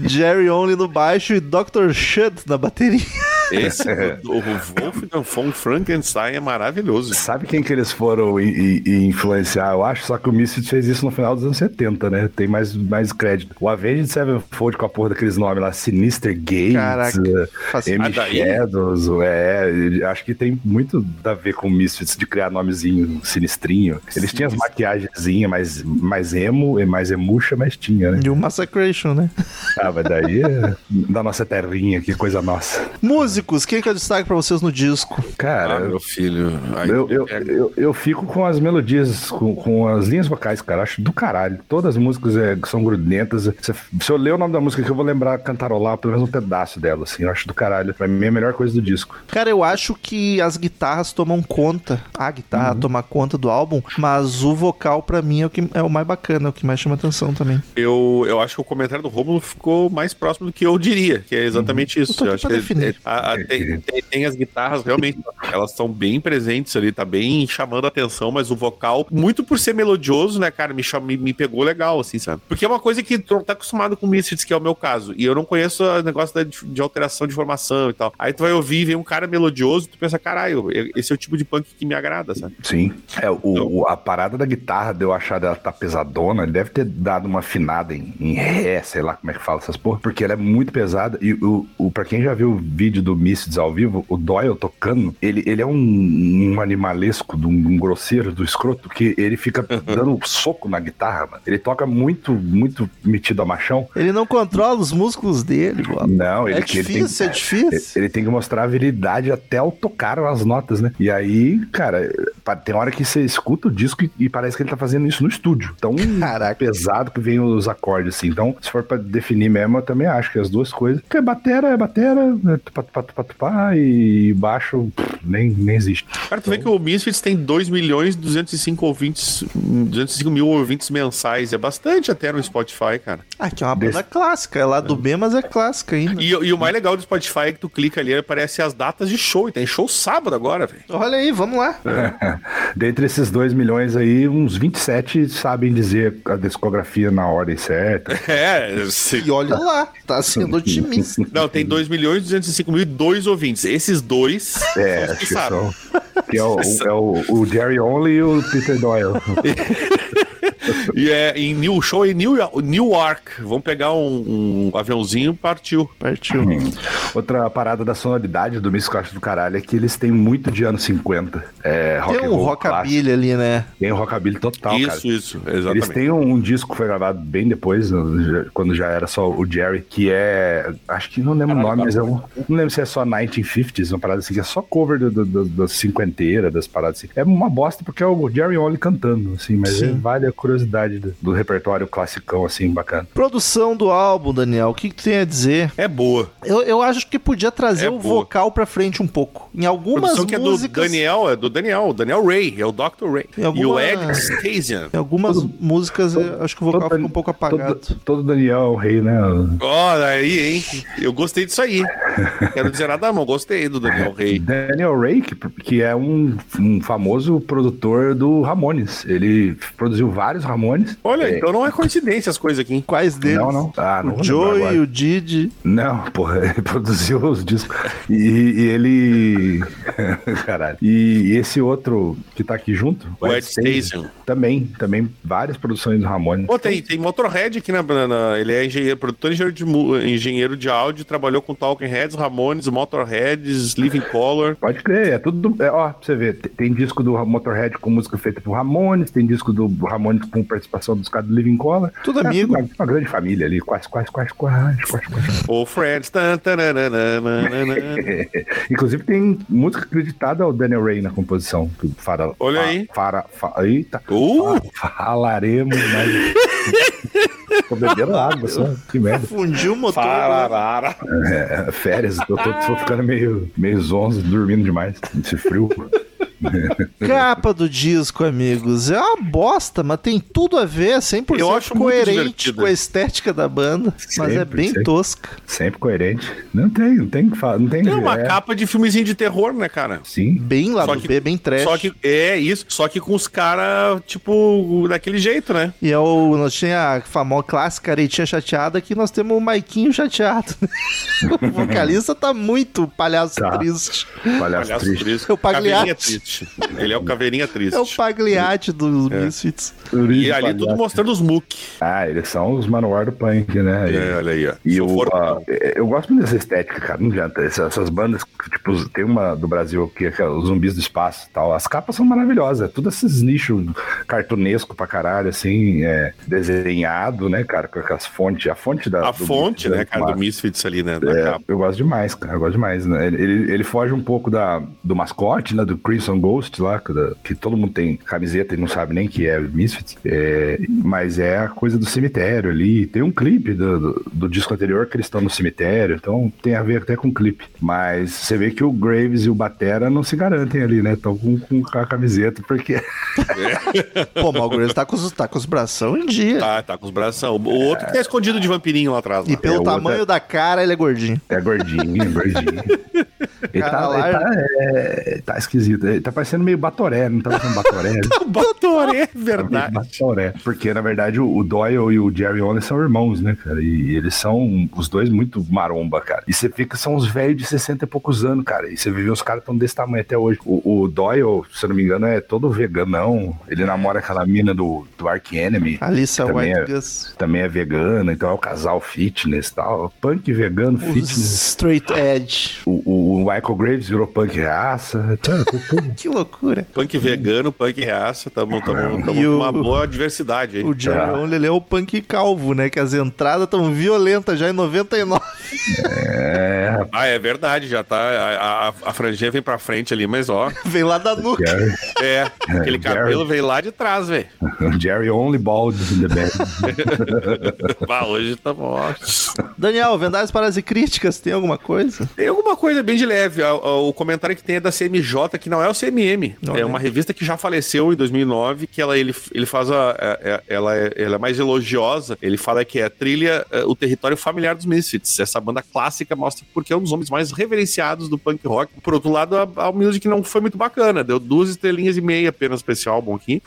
[SPEAKER 2] Jerry Only no baixo e Dr. Shut na bateria.
[SPEAKER 1] Esse, o, o Wolfgang von Frankenstein é maravilhoso.
[SPEAKER 4] Sabe quem que eles foram e, e- e influenciar, eu acho? Só que o Misfits fez isso no final dos anos 70, né? Tem mais, mais crédito. O Avenged Sevenfold com a porra daqueles nomes lá, Sinister Gates,
[SPEAKER 2] Caraca,
[SPEAKER 4] eh,
[SPEAKER 2] faz-
[SPEAKER 4] M
[SPEAKER 1] Ah, daí?
[SPEAKER 4] Shadows, é, é, acho que tem muito a ver com o Misfits de criar nomezinho sinistrinho. Eles tinham as maquiagenzinhas mais, mais emo, e mais emuxa, mas tinha, né?
[SPEAKER 2] E o Massacration, né?
[SPEAKER 4] Ah, mas daí é da nossa terrinha, que coisa nossa.
[SPEAKER 2] Músicos, quem que é o destaque pra vocês no disco?
[SPEAKER 4] Cara,
[SPEAKER 1] Ah,
[SPEAKER 3] né?
[SPEAKER 1] meu filho. Aí
[SPEAKER 4] Eu,
[SPEAKER 3] é
[SPEAKER 4] eu,
[SPEAKER 1] pega.
[SPEAKER 4] eu, eu fico com as melodias, com, com as linhas vocais, cara. Acho do caralho. Todas as músicas é, são grudentas. Se, se eu ler o nome da música aqui, eu vou lembrar, cantarolar pelo menos um pedaço dela, assim. Eu acho do caralho. Pra mim é a melhor coisa do disco.
[SPEAKER 2] Cara, eu acho que as guitarras tomam conta, a guitarra toma conta do álbum, mas o vocal pra mim é o que é o mais bacana, é o que mais chama atenção também.
[SPEAKER 1] Eu, eu acho que o comentário do Rômulo ficou mais próximo do que eu diria, que é exatamente
[SPEAKER 2] Uhum. Eu
[SPEAKER 1] isso.
[SPEAKER 2] tô aqui
[SPEAKER 1] Eu acho
[SPEAKER 2] pra
[SPEAKER 1] que
[SPEAKER 2] definir.
[SPEAKER 1] é- a- a- tem, tem- tem as guitarras, realmente, elas estão bem presentes ali, tá bem chamando a atenção, mas o vocal, muito por ser melodioso, né, cara, me, chama- me, me pegou legal, assim, sabe? Porque é uma coisa que tu não tá acostumado com Misfits, que é o meu caso, e eu não conheço o negócio da- de alteração de formação e tal. Aí tu vai ouvir, e vem um cara melodioso, tu pensa, caralho, esse é o tipo de punk que me agrada, sabe?
[SPEAKER 4] Sim. É, o,
[SPEAKER 2] Então
[SPEAKER 4] o- a parada da guitarra, de eu achar dela tá pesadona, ele deve ter dado uma afinada em, em ré, sei lá como é que fala essas porra, porque ela é muito pesada. E o, o, pra quem já viu o vídeo do Misfits ao vivo, o Doyle tocando, ele, ele é um, um animalesco, de um, um grosseiro do escroto, que ele fica
[SPEAKER 2] Uhum.
[SPEAKER 4] dando soco na guitarra, mano. Ele toca muito, muito metido a machão.
[SPEAKER 2] Ele não controla os músculos dele, Bola.
[SPEAKER 4] Não, ele,
[SPEAKER 2] É
[SPEAKER 4] que- ele
[SPEAKER 2] difícil,
[SPEAKER 4] tem,
[SPEAKER 2] é difícil.
[SPEAKER 4] Ele tem que mostrar habilidade até ao tocar as notas, né? E aí, cara, pa- tem hora que você escuta o disco e, e parece que ele tá fazendo isso no estúdio. Tão
[SPEAKER 2] Caraca.
[SPEAKER 4] pesado que vem os acordes, assim. Então, se for pra definir mesmo, eu também acho que as duas coisas. Porque batera é batera, né? tupá, tupá, tupá, tupá, e baixo pff, nem, nem existe.
[SPEAKER 1] Cara, tu vê que o Misfits tem 2 milhões e 205 ouvintes, 205 mil ouvintes mensais. É bastante até no Spotify, cara.
[SPEAKER 2] Ah, que é uma banda
[SPEAKER 4] Desse-
[SPEAKER 2] clássica, é lá do B, mas é clássica ainda.
[SPEAKER 1] E, e o mais legal do Spotify é que tu clica ali e aparece as datas de show. E tem show sábado agora, velho.
[SPEAKER 2] Olha aí, vamos lá.
[SPEAKER 4] Dentre esses 2 milhões aí, uns 27 sabem dizer a discografia na ordem certa.
[SPEAKER 1] É, se-
[SPEAKER 2] E olha lá, tá sendo otimista.
[SPEAKER 1] Não, tem 2 milhões e 205 mil e dois ouvintes. Esses dois
[SPEAKER 4] É,
[SPEAKER 1] os
[SPEAKER 4] acho que são. Que é o, o- é o, o Jerry Only e o Peter Doyle.
[SPEAKER 1] E é em New Show em New, Newark. Vamos pegar um, um aviãozinho e partiu.
[SPEAKER 2] Partiu.
[SPEAKER 4] Outra parada da sonoridade do Miss Costa do Caralho é que eles têm muito de anos 50. É, rock
[SPEAKER 2] Tem
[SPEAKER 4] and
[SPEAKER 2] um
[SPEAKER 4] roll
[SPEAKER 2] rockabilly ali, né?
[SPEAKER 4] clássico. Tem um rockabilly total,
[SPEAKER 1] isso,
[SPEAKER 4] cara.
[SPEAKER 1] isso,
[SPEAKER 4] Eles
[SPEAKER 1] exatamente.
[SPEAKER 4] têm um, um disco que foi gravado bem depois, né, já- quando já era só o Jerry, que é. Acho que não lembro o
[SPEAKER 2] tá
[SPEAKER 4] nome, mas é um. Não lembro se é só 1950s, uma parada assim, que é só cover do, do, do, das cinquenteira, das paradas assim. É uma bosta porque é o Jerry Only cantando, assim, mas
[SPEAKER 2] Sim.
[SPEAKER 4] vale a curiosidade do, do repertório classicão, assim, bacana.
[SPEAKER 2] Produção do álbum, Daniel, o que, que tu tem a dizer?
[SPEAKER 1] É boa.
[SPEAKER 2] Eu, eu acho que podia trazer
[SPEAKER 1] É
[SPEAKER 2] o
[SPEAKER 1] boa.
[SPEAKER 2] vocal pra frente um pouco. Em algumas
[SPEAKER 1] produção que é do
[SPEAKER 2] músicas.
[SPEAKER 1] Daniel, é do Daniel, Daniel Ray, é o Dr. Ray.
[SPEAKER 2] Em alguma-
[SPEAKER 1] E o Ed Stasian.
[SPEAKER 2] Em algumas músicas, eu acho que o vocal
[SPEAKER 4] Todo-
[SPEAKER 2] fica um pouco apagado.
[SPEAKER 4] Todo, todo Daniel é o rei, né?
[SPEAKER 1] Olha aí, hein? Eu gostei disso aí. Quero dizer nada, não. Gostei do Daniel Ray.
[SPEAKER 4] Daniel Ray, que, que é um, um famoso produtor do Ramones. Ele produziu vários Ramones.
[SPEAKER 1] Olha,
[SPEAKER 4] É,
[SPEAKER 1] então não é coincidência as coisas aqui, hein?
[SPEAKER 2] Quais deles?
[SPEAKER 4] Não, não. Ah, não
[SPEAKER 2] o
[SPEAKER 4] vou lembrar
[SPEAKER 2] Joey,
[SPEAKER 4] agora.
[SPEAKER 2] o Didi.
[SPEAKER 4] Não, porra, ele produziu os discos. E, e ele. Caralho. E, esse outro que tá aqui junto,
[SPEAKER 1] O Ed Station.
[SPEAKER 4] Também, também várias produções do Ramones.
[SPEAKER 1] Pô, tem, tem Motorhead aqui na, na, na- Ele é engenheiro, produtor engenheiro de, mu- engenheiro de áudio, trabalhou com Talking Heads, Ramones, Motorheads, Living Color.
[SPEAKER 4] Pode crer, é tudo. é, ó, pra você ver, te- tem disco do Motorhead com música feita por Ramones, tem disco do Ramones com participação dos caras do Living Color.
[SPEAKER 2] Tudo
[SPEAKER 4] É,
[SPEAKER 2] amigo.
[SPEAKER 4] Uma, uma grande família ali, quase, quase, quase, quase, quase, quase.
[SPEAKER 1] Ou Friends. Tan, tananana.
[SPEAKER 4] Inclusive tem música acreditada ao Daniel Ray na composição. que Fara,
[SPEAKER 1] Olha
[SPEAKER 4] fa-
[SPEAKER 1] aí.
[SPEAKER 4] Fara, fa- eita.
[SPEAKER 1] Uh!
[SPEAKER 4] Falaremos mais. Tô bebendo água só, que merda.
[SPEAKER 2] Fundiu o motor. né?
[SPEAKER 1] Pararara.
[SPEAKER 4] É, férias, eu tô, tô ficando meio, meio zonzo, dormindo demais, esse frio.
[SPEAKER 2] Capa do disco, amigos. É uma bosta, mas tem tudo a ver, é 100%
[SPEAKER 1] Eu acho muito
[SPEAKER 2] coerente
[SPEAKER 1] divertido.
[SPEAKER 2] com a estética da banda. mas é
[SPEAKER 4] Sempre,
[SPEAKER 2] bem
[SPEAKER 4] sempre.
[SPEAKER 2] tosca.
[SPEAKER 4] Sempre coerente. Não tem, não tem o que falar, não tem.
[SPEAKER 1] Tem uma
[SPEAKER 4] é,
[SPEAKER 1] capa de filmezinho de terror, né, cara?
[SPEAKER 4] Sim.
[SPEAKER 2] Bem lá
[SPEAKER 1] Só
[SPEAKER 2] do
[SPEAKER 1] que-
[SPEAKER 2] B, bem trash.
[SPEAKER 1] Só que é isso, só que com os caras, tipo, daquele jeito, né?
[SPEAKER 2] E é o, nós tinha a famosa clássica aretinha chateada, aqui nós temos o Maiquinho chateado. o vocalista tá muito palhaço
[SPEAKER 4] Tá.
[SPEAKER 2] triste.
[SPEAKER 4] Palhaço,
[SPEAKER 1] Palhaço
[SPEAKER 4] triste.
[SPEAKER 1] triste.
[SPEAKER 2] É o Pagliatti.
[SPEAKER 1] Caveirinha triste. Ele é o caveirinha triste.
[SPEAKER 2] É o Pagliatti dos
[SPEAKER 4] É.
[SPEAKER 2] Misfits.
[SPEAKER 1] E ali tudo mostrando os muck.
[SPEAKER 4] Ah, eles são os manuais do punk, né? E-
[SPEAKER 1] É, olha aí, ó.
[SPEAKER 4] E
[SPEAKER 1] Sou
[SPEAKER 4] eu,
[SPEAKER 1] fortão.
[SPEAKER 4] eu gosto muito dessa estética, cara. Não adianta. Essa- Essas, bandas, que, tipo, tem uma do Brasil que é aquela, os zumbis do espaço e tal. As capas são maravilhosas. É tudo esses nichos cartunesco pra caralho, assim, é, desenhado, né, cara? Com aquelas fontes. A fonte da.
[SPEAKER 1] A
[SPEAKER 4] do-
[SPEAKER 1] fonte,
[SPEAKER 4] da-
[SPEAKER 1] né, cara, do
[SPEAKER 4] da-
[SPEAKER 1] Misfits ali, né, na
[SPEAKER 4] é,
[SPEAKER 1] capa.
[SPEAKER 4] eu gosto demais, cara. Eu gosto demais, né? Ele, ele, ele foge um pouco da, do mascote, né? Do Crimson Ghost lá, que, da- que todo mundo tem camiseta e não sabe nem que é Misfits. É, mas é a coisa do cemitério ali. Tem um clipe do, do, do disco anterior que eles estão no cemitério, então tem a ver até com o clipe. Mas você vê que o Graves e o Batera não se garantem ali, né? Estão com, com a camiseta, porque
[SPEAKER 2] Pô, mas o Graves tá com os, tá com os bração em dia.
[SPEAKER 1] Tá, tá com os bração. O
[SPEAKER 3] É.
[SPEAKER 1] outro que tá escondido de vampirinho lá atrás.
[SPEAKER 2] E
[SPEAKER 1] Lá.
[SPEAKER 2] pelo
[SPEAKER 4] É, o outro
[SPEAKER 2] tamanho da cara, ele é gordinho.
[SPEAKER 4] É gordinho, gordinho. Ele
[SPEAKER 2] Cara,
[SPEAKER 4] tá, ele tá, é, tá esquisito. Ele tá parecendo meio Batoré, não tá parecendo Batoré? né?
[SPEAKER 1] O Batoré, é
[SPEAKER 4] Talvez
[SPEAKER 1] verdade.
[SPEAKER 4] Batoré. Porque, na verdade, o o Doyle e o Jerry Only são irmãos, né, cara? E eles são os dois muito maromba, cara. E você fica, são os velhos de 60 e poucos anos, cara. E você vê os caras tão desse tamanho até hoje. O, o Doyle, se eu não me engano, é todo veganão. Ele namora aquela mina do, do Ark Enemy.
[SPEAKER 2] Alissa
[SPEAKER 4] Também
[SPEAKER 2] White
[SPEAKER 4] é-
[SPEAKER 2] Gus.
[SPEAKER 4] Também é vegana, então é o casal fitness e tal. Punk vegano,
[SPEAKER 2] Os
[SPEAKER 4] fitness.
[SPEAKER 2] straight edge.
[SPEAKER 4] O, o- o Michael Graves virou punk raça.
[SPEAKER 2] Que loucura.
[SPEAKER 1] Punk vegano, punk reaça, tamo,
[SPEAKER 3] Ah,
[SPEAKER 1] tamo, tamo
[SPEAKER 2] E
[SPEAKER 1] com uma
[SPEAKER 2] o-
[SPEAKER 1] boa diversidade aí.
[SPEAKER 2] O Jerry
[SPEAKER 4] Tá.
[SPEAKER 2] Only ele é o punk calvo, né? Que as entradas tão violentas já em 99.
[SPEAKER 4] É,
[SPEAKER 1] Ah, é verdade, já tá. A, a, a franjinha vem pra frente ali, mas ó.
[SPEAKER 2] Vem lá da nuca.
[SPEAKER 4] Jerry,
[SPEAKER 1] É, aquele
[SPEAKER 4] Jerry.
[SPEAKER 1] cabelo veio lá de trás, velho.
[SPEAKER 4] Jerry only bald in the back.
[SPEAKER 1] Bah, hoje tá ótimo.
[SPEAKER 2] Daniel, vendagens, paras e críticas, tem alguma coisa?
[SPEAKER 1] Tem alguma coisa bem de leve. a- a- O comentário que tem é da CMJ, que não é o CMM.
[SPEAKER 2] Não,
[SPEAKER 1] é
[SPEAKER 2] né?
[SPEAKER 1] uma revista que já faleceu em 2009, que ela, ele, ele faz a, a- a- ela, é, ela é mais elogiosa. Ele fala que é trilha é, o território familiar dos Misfits. Essa banda clássica mostra porque é um dos homens mais reverenciados do punk rock. Por outro lado, a, a Music não foi muito bacana. Deu duas estrelinhas e meia apenas pra esse álbum aqui.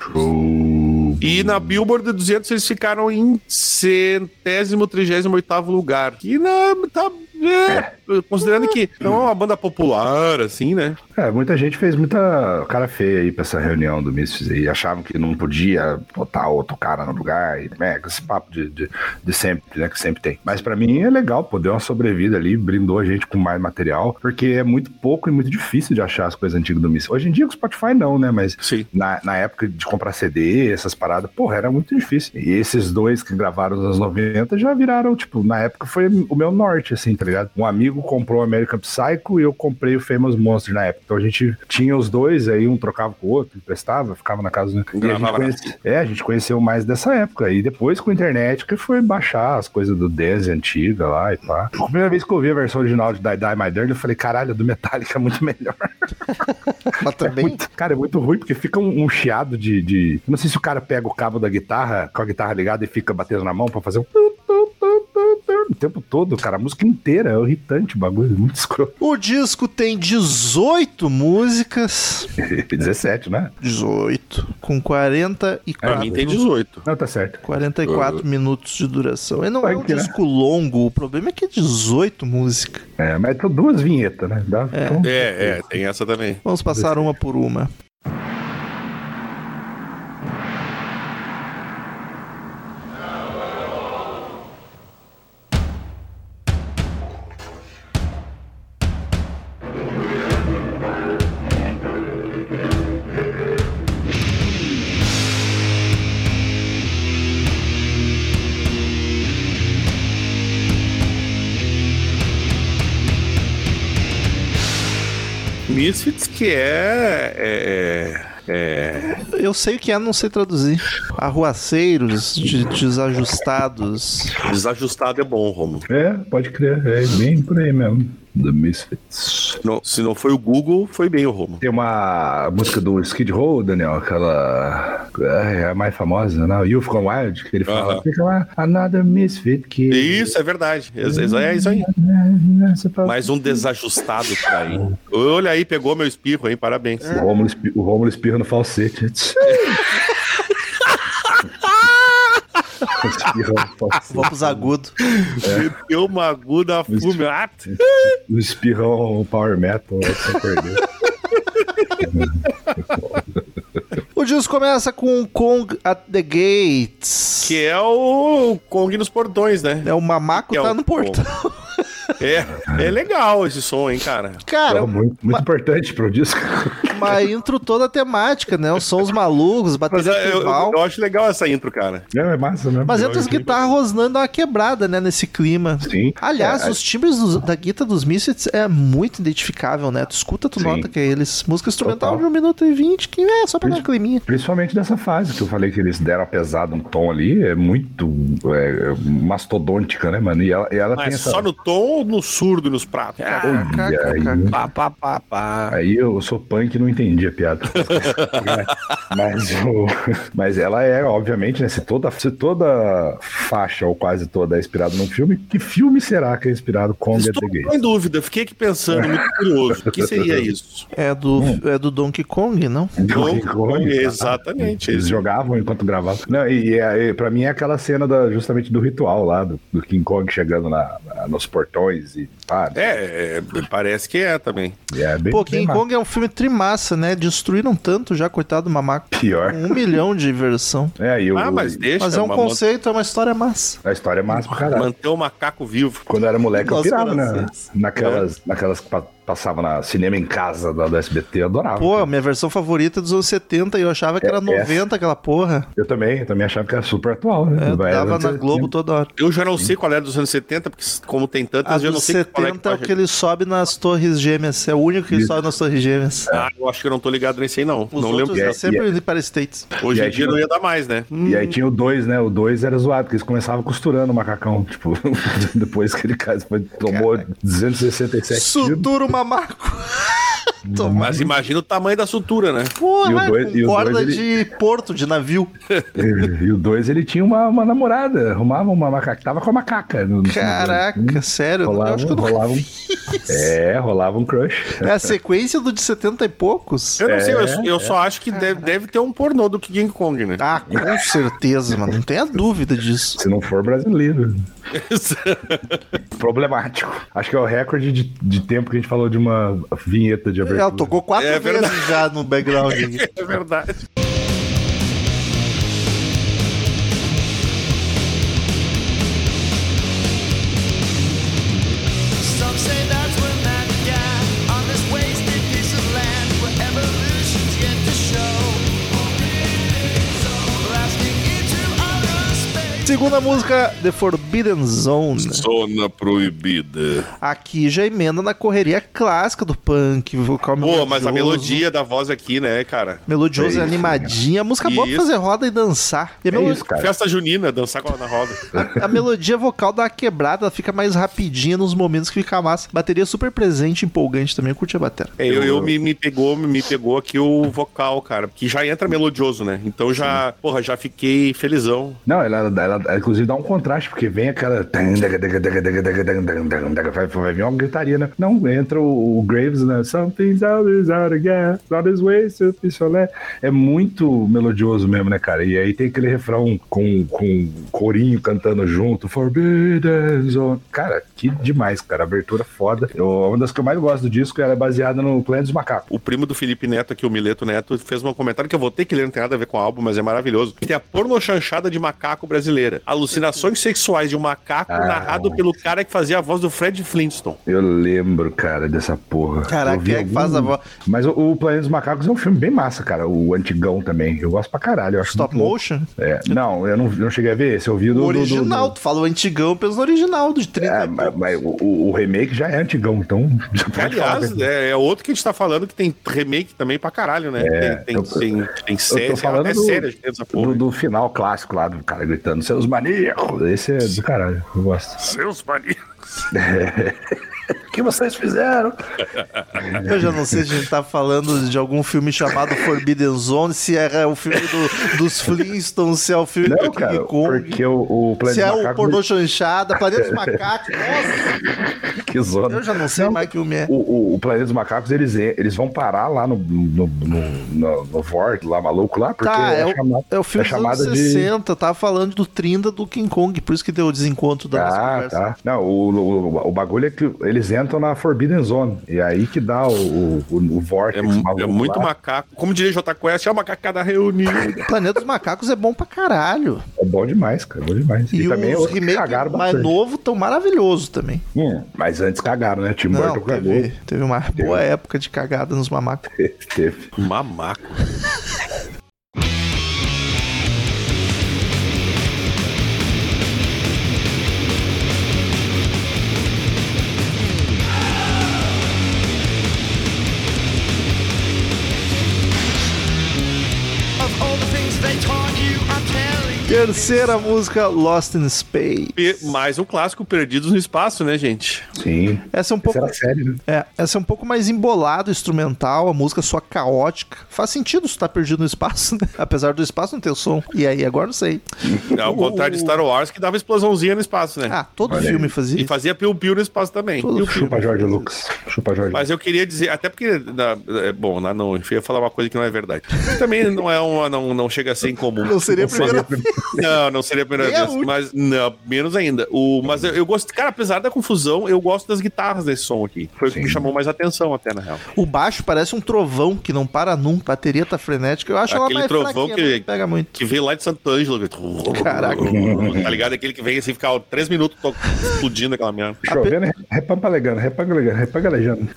[SPEAKER 1] E na Billboard 200 eles ficaram em centésimo, trigésimo oitavo lugar. Que na, tá, é, considerando que não é uma banda popular, assim, né?
[SPEAKER 4] É, muita gente fez muita cara feia aí pra essa reunião do Misfits aí. Achavam que não podia botar outro cara no lugar. E, né, esse papo de, de, de sempre, né? Que sempre tem. Mas pra mim é legal, pô. Deu uma sobrevida ali, brindou a gente com mais material. Porque é muito pouco e muito difícil de achar as coisas antigas do Misfits. Hoje em dia com o Spotify não, né? Mas
[SPEAKER 1] Sim.
[SPEAKER 4] na, na época de comprar CD, essas paradas, porra, era muito difícil. E esses dois que gravaram nos anos 90 já viraram, tipo, na época foi o meu norte, assim, tá ligado? Um amigo comprou o American Psycho e eu comprei o Famous Monster na época. Então a gente tinha os dois, aí um trocava com o outro, emprestava, ficava na casa. Né? E a gente
[SPEAKER 1] Gravava na-
[SPEAKER 4] conhece- é, a gente conheceu mais dessa época. E depois com a internet que foi baixar as coisas do Dance antiga lá e pá. A primeira vez que eu vi a versão original de Die Die My Dirty, eu falei, caralho, a do Metallica é muito melhor.
[SPEAKER 2] Mas também.
[SPEAKER 4] Muito- cara, é muito ruim, porque fica um, um chiado de, de- eu Não sei se o cara pega o cabo da guitarra, com a guitarra ligada e fica batendo na mão pra fazer um. tempo todo, cara. A música inteira é irritante o bagulho, é muito escroto.
[SPEAKER 2] O disco tem 18 músicas.
[SPEAKER 4] 17, né?
[SPEAKER 2] 18. Com 44.
[SPEAKER 3] Pra mim tem 18.
[SPEAKER 4] Não, tá certo.
[SPEAKER 2] 44 minutos de duração. E não é
[SPEAKER 4] Vai
[SPEAKER 2] um
[SPEAKER 4] que, né?
[SPEAKER 2] disco longo, o problema é que é 18 músicas.
[SPEAKER 4] É, mas são duas vinhetas, né? Dá, então-
[SPEAKER 3] É, é, tem essa também.
[SPEAKER 2] Vamos passar uma por uma.
[SPEAKER 3] Misfits que é. é, é, é
[SPEAKER 2] Eu sei o que é, não sei traduzir. Arruaceiros, de- desajustados.
[SPEAKER 3] desajustado é bom, Romulo.
[SPEAKER 4] É, pode crer. É bem por aí mesmo. The Misfits.
[SPEAKER 3] Não- se não foi o Google, foi bem o Romulo.
[SPEAKER 4] Tem uma música do Skid Row, Daniel, aquela. É a mais famosa, né? You've Gone Wild, que ele fala.
[SPEAKER 3] Aham.
[SPEAKER 4] Fica lá, another misfit que.
[SPEAKER 3] Isso, é verdade. É, é isso aí. Mais um desajustado pra aí. Olha aí, pegou meu espirro, hein? Parabéns.
[SPEAKER 4] O Rômulo, espi- o Rômulo espirra no falsete. espirra no falsete.
[SPEAKER 2] Vamos agudo. É.
[SPEAKER 3] Meteu uma aguda Ah, fumata.
[SPEAKER 4] O espirrão power metal, você perdeu.
[SPEAKER 2] O disco começa com Kong at the Gates.
[SPEAKER 3] Que é o Kong nos portões, né?
[SPEAKER 2] é o mamaco
[SPEAKER 3] Que é
[SPEAKER 2] tá
[SPEAKER 3] o
[SPEAKER 2] no portão.
[SPEAKER 3] É, é legal esse som, hein, cara?
[SPEAKER 2] Cara,
[SPEAKER 4] Então, muito muito importante para o disco.
[SPEAKER 2] uma intro toda temática, né? Os sons malucos,
[SPEAKER 3] Mas
[SPEAKER 2] bateria
[SPEAKER 3] eu, eu-
[SPEAKER 2] tribal.
[SPEAKER 3] eu acho legal essa intro, cara.
[SPEAKER 4] É, é massa mesmo.
[SPEAKER 2] Mas entre as guitarras rosnando dá uma quebrada, né? Nesse clima.
[SPEAKER 4] Sim. É,
[SPEAKER 2] Aliás, os timbres dos- da guitarra dos Misfits é muito identificável, né? Tu escuta, tu
[SPEAKER 4] Sim.
[SPEAKER 2] nota que é eles. Música instrumental
[SPEAKER 4] Total.
[SPEAKER 2] de 1 minuto e 20, que é só pra dar um climinha.
[SPEAKER 4] Principalmente nessa fase que eu falei que eles deram pesado um tom ali, é muito é, é mastodôntica, né, mano? E ela, e ela tem
[SPEAKER 3] Mas
[SPEAKER 4] essa.
[SPEAKER 3] só no tom ou no surdo e nos pratos?
[SPEAKER 2] Ah,
[SPEAKER 4] Olha aí,
[SPEAKER 3] Pá, pá, pá, pá.
[SPEAKER 4] aí eu sou punk e não entendi a piada. mas, o- mas ela é, obviamente, né? Se toda, se toda faixa ou quase toda é inspirada num filme, que filme será que é inspirado com The
[SPEAKER 3] Estou
[SPEAKER 4] Gay?
[SPEAKER 3] em dúvida, fiquei aqui pensando, muito curioso. O que seria isso?
[SPEAKER 2] É do, é do Donkey Kong, não?
[SPEAKER 3] Não, não, exatamente.
[SPEAKER 4] Eles
[SPEAKER 3] isso.
[SPEAKER 4] jogavam enquanto gravavam. Não, e, e, é- e pra mim é aquela cena da- justamente do ritual lá, do, do King Kong chegando na, na- nos portões e pá.
[SPEAKER 3] É, é, parece que é também.
[SPEAKER 4] e É bem,
[SPEAKER 2] Pô,
[SPEAKER 4] bem
[SPEAKER 2] King
[SPEAKER 4] ma-
[SPEAKER 2] Kong é um filme trimassa, né? Destruíram tanto já, coitado do mamaco.
[SPEAKER 4] Pior.
[SPEAKER 2] Um milhão de versão.
[SPEAKER 4] É, e o,
[SPEAKER 3] Ah, mas deixa.
[SPEAKER 2] Mas é um
[SPEAKER 3] uma-
[SPEAKER 2] conceito, é uma história massa.
[SPEAKER 4] A história é massa pra caralho.
[SPEAKER 3] Manter o macaco vivo.
[SPEAKER 4] Quando eu era moleque, eu
[SPEAKER 2] Nossa,
[SPEAKER 4] pirava na,
[SPEAKER 2] graças. É.
[SPEAKER 4] naquelas, naquelas que pa- passavam na cinema em casa da, do SBT, eu adorava.
[SPEAKER 2] Pô, minha versão favorita é dos anos 70 e eu achava que
[SPEAKER 4] É
[SPEAKER 2] era
[SPEAKER 4] essa.
[SPEAKER 2] 90 aquela porra.
[SPEAKER 4] Eu também, eu também achava que era super atual, né?
[SPEAKER 2] É,
[SPEAKER 4] Vai,
[SPEAKER 2] dava na
[SPEAKER 4] você-
[SPEAKER 2] Globo toda hora.
[SPEAKER 3] Eu já não sei qual é dos anos 70, porque como tem
[SPEAKER 2] A
[SPEAKER 3] tantas, eu não
[SPEAKER 2] dos
[SPEAKER 3] sei qual é
[SPEAKER 2] 70 é o
[SPEAKER 3] faz.
[SPEAKER 2] que ele sobe nas torres gêmeas. É o único que ele
[SPEAKER 4] Isso.
[SPEAKER 2] sobe nas torres gêmeas.
[SPEAKER 3] Ah, eu acho que eu não tô ligado nesse aí, não.
[SPEAKER 2] Os
[SPEAKER 3] não
[SPEAKER 2] outros
[SPEAKER 3] lembro.
[SPEAKER 2] é
[SPEAKER 4] Yeah,
[SPEAKER 2] sempre para States.
[SPEAKER 3] Hoje
[SPEAKER 4] E
[SPEAKER 3] em
[SPEAKER 4] aí
[SPEAKER 3] dia
[SPEAKER 4] tinha-
[SPEAKER 3] não ia dar mais, né?
[SPEAKER 4] E aí tinha o 2, né? O 2 era zoado, porque eles começavam costurando o macacão. Tipo, depois que ele ca- foi- tomou 267 tiros.
[SPEAKER 2] Suturo mamaco. Tomar.
[SPEAKER 3] Mas imagina o tamanho da sutura, né?
[SPEAKER 2] Porra,
[SPEAKER 4] E o dois-
[SPEAKER 2] com
[SPEAKER 4] e o
[SPEAKER 2] corda
[SPEAKER 4] dois,
[SPEAKER 2] de porto, de navio.
[SPEAKER 4] E o 2 ele tinha uma, uma namorada, arrumava uma macaca. Tava com a macaca. No, no-
[SPEAKER 2] Caraca, sério. eu
[SPEAKER 4] Rolava,
[SPEAKER 2] acho que eu não...
[SPEAKER 4] rolava Uhum. um, é, rolava um crush.
[SPEAKER 2] É a sequência do de 70 e poucos.
[SPEAKER 3] Eu não sei, eu, eu só acho que deve, deve ter um pornô do King Kong, né?
[SPEAKER 2] É. Ah, com certeza, mano. Não tenha dúvida disso.
[SPEAKER 4] Se não for brasileiro. Problemático. Acho que é o recorde de, de tempo que a gente falou de uma vinheta de abertura.
[SPEAKER 2] Ela tocou quatro
[SPEAKER 3] É
[SPEAKER 2] vezes
[SPEAKER 3] verdade.
[SPEAKER 2] já no background. aqui.
[SPEAKER 3] É verdade.
[SPEAKER 1] Some say that's where man began on this wasted piece of land where evolution's yet to show. Blasting into outer space.
[SPEAKER 2] Segunda música, The Forbidden Zone.
[SPEAKER 3] Zona proibida.
[SPEAKER 2] Aqui já emenda na correria clássica do punk. Vocal
[SPEAKER 3] Boa, mas a
[SPEAKER 2] melodioso.
[SPEAKER 3] melodia da voz aqui, né, cara?
[SPEAKER 2] Melodioso e
[SPEAKER 4] É isso,
[SPEAKER 2] animadinha. A música boa pra
[SPEAKER 3] Isso.
[SPEAKER 2] fazer roda e dançar. E a
[SPEAKER 4] É
[SPEAKER 2] melo-
[SPEAKER 4] isso, cara.
[SPEAKER 3] Festa junina, dançar com a na roda.
[SPEAKER 2] A, a melodia vocal dá uma quebrada, ela fica mais rapidinha nos momentos que fica massa. Bateria super presente, empolgante também, eu curti a bateria.
[SPEAKER 3] É, eu, eu me, me pegou, me pegou aqui o vocal, cara, que já entra melodioso, né? Então já, porra, já fiquei felizão.
[SPEAKER 4] Não, ela, ela dá- inclusive dá um contraste, porque vem aquela. Vai, vai vir uma gritaria, né? Não, entra o, o Graves, né? Something's always out again, not this way, something so that. É muito melodioso mesmo, né, cara? E aí tem aquele refrão com, com corinho cantando junto, Forbidden Zone. Cara, que demais, cara. Abertura foda. Eu- uma das que eu mais gosto do disco ela é baseada no Clã dos Macacos.
[SPEAKER 3] O primo do Felipe Neto aqui, o Mileto Neto, fez um comentário que eu vou ter que ler, não tem nada a ver com o álbum, mas é maravilhoso. Tem a pornochanchada de macaco brasileira. Alucinações sexuais de um macaco
[SPEAKER 4] Ah.
[SPEAKER 3] narrado pelo cara que fazia a voz do Fred Flintstone.
[SPEAKER 4] Eu lembro, cara, dessa porra.
[SPEAKER 2] Caraca,
[SPEAKER 4] Eu vi
[SPEAKER 2] quem é que faz a voz?
[SPEAKER 4] Mas o, o Planeta dos Macacos é um filme bem massa, cara. O antigão também. Eu gosto pra caralho. Eu acho
[SPEAKER 2] Stop
[SPEAKER 3] Uhum.
[SPEAKER 4] muito
[SPEAKER 2] motion?
[SPEAKER 4] louco. É, não, eu não, eu não cheguei a ver esse. Eu vi do.
[SPEAKER 2] O
[SPEAKER 4] do- do-
[SPEAKER 2] original, né? tu fala o antigão, pensa no original, de
[SPEAKER 4] do-
[SPEAKER 2] 30.
[SPEAKER 4] É, mas, mas o- o, o remake já é antigão, então. Já pode falar.
[SPEAKER 3] Aliás, é, é outro que a gente tá falando que tem remake também pra caralho, né? tem, tem,
[SPEAKER 4] É, eu-
[SPEAKER 3] tem, tem
[SPEAKER 4] Eu
[SPEAKER 3] série,
[SPEAKER 2] é
[SPEAKER 4] tô falando
[SPEAKER 3] até
[SPEAKER 4] do,
[SPEAKER 3] série a gente tem essa porra.
[SPEAKER 4] do, do final clássico lá, do cara gritando, seus maníacos. Esse é do caralho, eu gosto.
[SPEAKER 3] Seus maníacos.
[SPEAKER 4] O que vocês fizeram?
[SPEAKER 2] Eu já não sei se a gente tá falando de algum filme chamado Forbidden Zone, se é o filme do- dos Flintstones, se é o filme
[SPEAKER 4] Não,
[SPEAKER 2] do
[SPEAKER 4] cara,
[SPEAKER 2] King Kong,
[SPEAKER 4] porque o, o Planeta
[SPEAKER 2] se é
[SPEAKER 4] dos
[SPEAKER 2] o
[SPEAKER 4] Macacos-
[SPEAKER 2] Pornô Chanchada, Planeta dos Macacos. Nossa,
[SPEAKER 4] que zona.
[SPEAKER 2] eu já não sei mais que filme é.
[SPEAKER 4] O, o, o Planeta dos Macacos, eles, eles vão parar lá no, no, no, no, no Vort, lá maluco, lá, porque
[SPEAKER 2] Tá, é, o,
[SPEAKER 4] chama-
[SPEAKER 2] é o filme
[SPEAKER 4] é
[SPEAKER 2] dos anos né,
[SPEAKER 4] chamada de.
[SPEAKER 2] 60, tava falando do Trinda do King Kong, por isso que deu o desencontro da nossa
[SPEAKER 4] Ah,
[SPEAKER 2] conversa.
[SPEAKER 4] tá. Não, o, o, o bagulho é que eles entram na Forbidden Zone. E é aí que dá o, o, o
[SPEAKER 3] É,
[SPEAKER 4] Vortex
[SPEAKER 3] mu-
[SPEAKER 4] maluco
[SPEAKER 3] é muito
[SPEAKER 4] lá.
[SPEAKER 3] macaco. Como diria J Quest, é uma macacada reunida.
[SPEAKER 2] Planeta dos Macacos é bom pra caralho.
[SPEAKER 4] É bom demais, cara. É bom demais.
[SPEAKER 2] E,
[SPEAKER 4] é
[SPEAKER 2] os
[SPEAKER 4] outro que
[SPEAKER 2] remakes
[SPEAKER 4] cagaram
[SPEAKER 2] mais
[SPEAKER 4] bastante.
[SPEAKER 2] novos tão maravilhosos também.
[SPEAKER 4] Hum, mas antes cagaram, né? Tim Burton
[SPEAKER 2] Não,
[SPEAKER 4] cagou.
[SPEAKER 2] teve, teve uma boa época de cagada nos mamacos.
[SPEAKER 4] Teve.
[SPEAKER 3] Mamaco.
[SPEAKER 1] Of all the things they taught you, I'm telling you.
[SPEAKER 2] Terceira música, Lost in Space.
[SPEAKER 3] E mais um clássico, Perdidos no Espaço, né, gente?
[SPEAKER 4] Sim.
[SPEAKER 2] Essa é um pouco,
[SPEAKER 4] Essa era série, né?
[SPEAKER 2] é, essa é um pouco mais embolada, o instrumental, a música só caótica. Faz sentido se tá perdido no espaço, né? Apesar do espaço não ter som. E aí, agora não sei.
[SPEAKER 3] Ao
[SPEAKER 4] Uh.
[SPEAKER 3] contrário de Star Wars, que dava explosãozinha no espaço, né?
[SPEAKER 2] Ah, todo
[SPEAKER 4] Olha aí.
[SPEAKER 2] filme fazia
[SPEAKER 3] E
[SPEAKER 2] isso.
[SPEAKER 3] fazia piu-piu no espaço também.
[SPEAKER 2] Todo filme.
[SPEAKER 4] Chupa Jorge Lucas. Chupa Jorge
[SPEAKER 3] Mas eu queria dizer, até porque. na- é, bom, na- não, enfim, eu ia falar uma coisa que não é verdade. Também não é uma. Não, não chega a ser incomum.
[SPEAKER 2] Não seria a primeira
[SPEAKER 3] Não, não seria a primeira
[SPEAKER 2] Nem é a
[SPEAKER 3] vez.
[SPEAKER 2] última.
[SPEAKER 3] Mas, não, menos ainda. O, mas eu, eu gosto. Cara, apesar da confusão, eu gosto das guitarras desse som aqui. Foi o que
[SPEAKER 4] Sim.
[SPEAKER 3] me chamou mais atenção, até, na real.
[SPEAKER 2] O baixo parece um trovão que não para nunca. A bateria tá frenética. Eu acho ela
[SPEAKER 3] Aquele
[SPEAKER 2] mais
[SPEAKER 3] trovão
[SPEAKER 2] fraquinha,
[SPEAKER 3] que-
[SPEAKER 2] não pega muito.
[SPEAKER 3] Que veio lá de Santo Ângelo. que-
[SPEAKER 2] Caraca.
[SPEAKER 3] Tá ligado? Aquele que vem assim, ficar ó, três minutos to- explodindo aquela merda.
[SPEAKER 4] Chovendo, e repampalegando, repangalegando, repangalejando.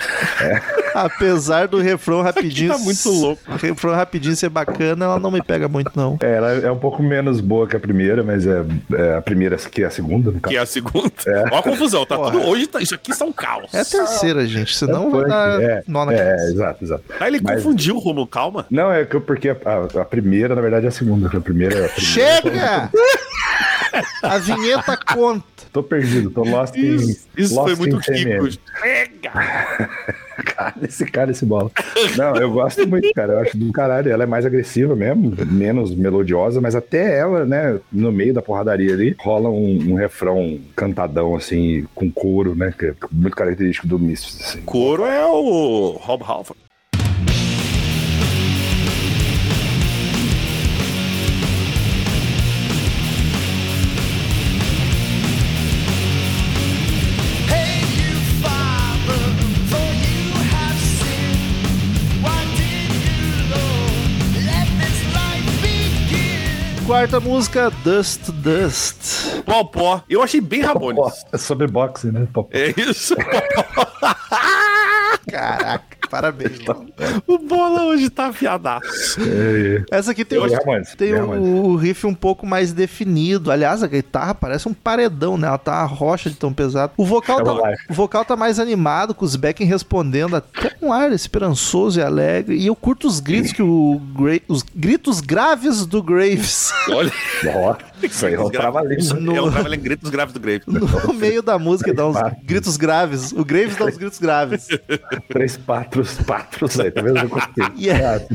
[SPEAKER 2] Apesar do refrão rapidinho.
[SPEAKER 3] tá muito louco.
[SPEAKER 2] O refrão rapidinho ser bacana, ela não me pega muito, não.
[SPEAKER 4] É, ela é um pouco menos boa que a primeira, mas é, é a primeira que é a segunda, no caso.
[SPEAKER 3] Que é a segunda. Ó a confusão, tá
[SPEAKER 2] Porra.
[SPEAKER 3] tudo. Hoje tá, isso aqui são caos.
[SPEAKER 2] É a terceira, gente. Senão vai
[SPEAKER 4] Ah, Punk,
[SPEAKER 2] dar
[SPEAKER 4] é,
[SPEAKER 2] nó na
[SPEAKER 4] é,
[SPEAKER 2] cabeça.
[SPEAKER 4] é, exato, exato.
[SPEAKER 3] Tá, ele
[SPEAKER 4] Mas-
[SPEAKER 3] confundiu, Romulo, calma.
[SPEAKER 4] Não, é que eu- porque a, a- a primeira, na verdade, é a segunda. A primeira é a primeira.
[SPEAKER 2] Chega! A vinheta conta.
[SPEAKER 4] Tô perdido, tô lost in-
[SPEAKER 3] Isso, isso
[SPEAKER 4] lost
[SPEAKER 3] foi muito
[SPEAKER 4] in TMM.
[SPEAKER 3] Kiko. Chega!
[SPEAKER 4] Cara, esse cara, esse bola. Não, eu gosto muito, cara. Eu acho do caralho. Ela é mais agressiva mesmo, menos melodiosa, mas até ela, né, no meio da porradaria ali, rola um, um refrão cantadão, assim, com couro, né? Que é muito característico do Misfits, assim.
[SPEAKER 3] Coro é o Rob Halford.
[SPEAKER 1] Hey, you father, for you have sinned. Why did you, Lord, let this life begin?
[SPEAKER 2] Quarta música, Dust Dust.
[SPEAKER 3] Popó. Eu achei bem Ramones.
[SPEAKER 4] Ó, é sobre boxe, né? Pô,
[SPEAKER 3] É isso.
[SPEAKER 2] Caraca, parabéns.
[SPEAKER 4] Tá.
[SPEAKER 2] Léo.
[SPEAKER 3] o Bola hoje tá afiadaço.
[SPEAKER 4] é,
[SPEAKER 2] Essa aqui tem,
[SPEAKER 4] Eu
[SPEAKER 2] o-
[SPEAKER 4] já mando,
[SPEAKER 2] tem
[SPEAKER 4] já
[SPEAKER 2] o,
[SPEAKER 4] mando.
[SPEAKER 2] o riff um pouco mais definido. Aliás, a guitarra parece um paredão, né? Ela tá a rocha de tão pesado. O vocal, tá,
[SPEAKER 4] Chama lá.
[SPEAKER 2] o vocal tá mais animado, com os backing respondendo até um ar esperançoso e alegre. E eu curto os gritos que o Gra- os gritos graves do Graves.
[SPEAKER 3] Olha,
[SPEAKER 4] ó, Isso aí é um trava-língua.
[SPEAKER 2] No-
[SPEAKER 3] É um trabalho em gritos graves do Graves.
[SPEAKER 2] No meio da música dá uns
[SPEAKER 4] Claro.
[SPEAKER 2] gritos graves. O Graves dá uns gritos graves.
[SPEAKER 4] Três patros, patros aí, tá vendo? Eu consigo.
[SPEAKER 2] E, é-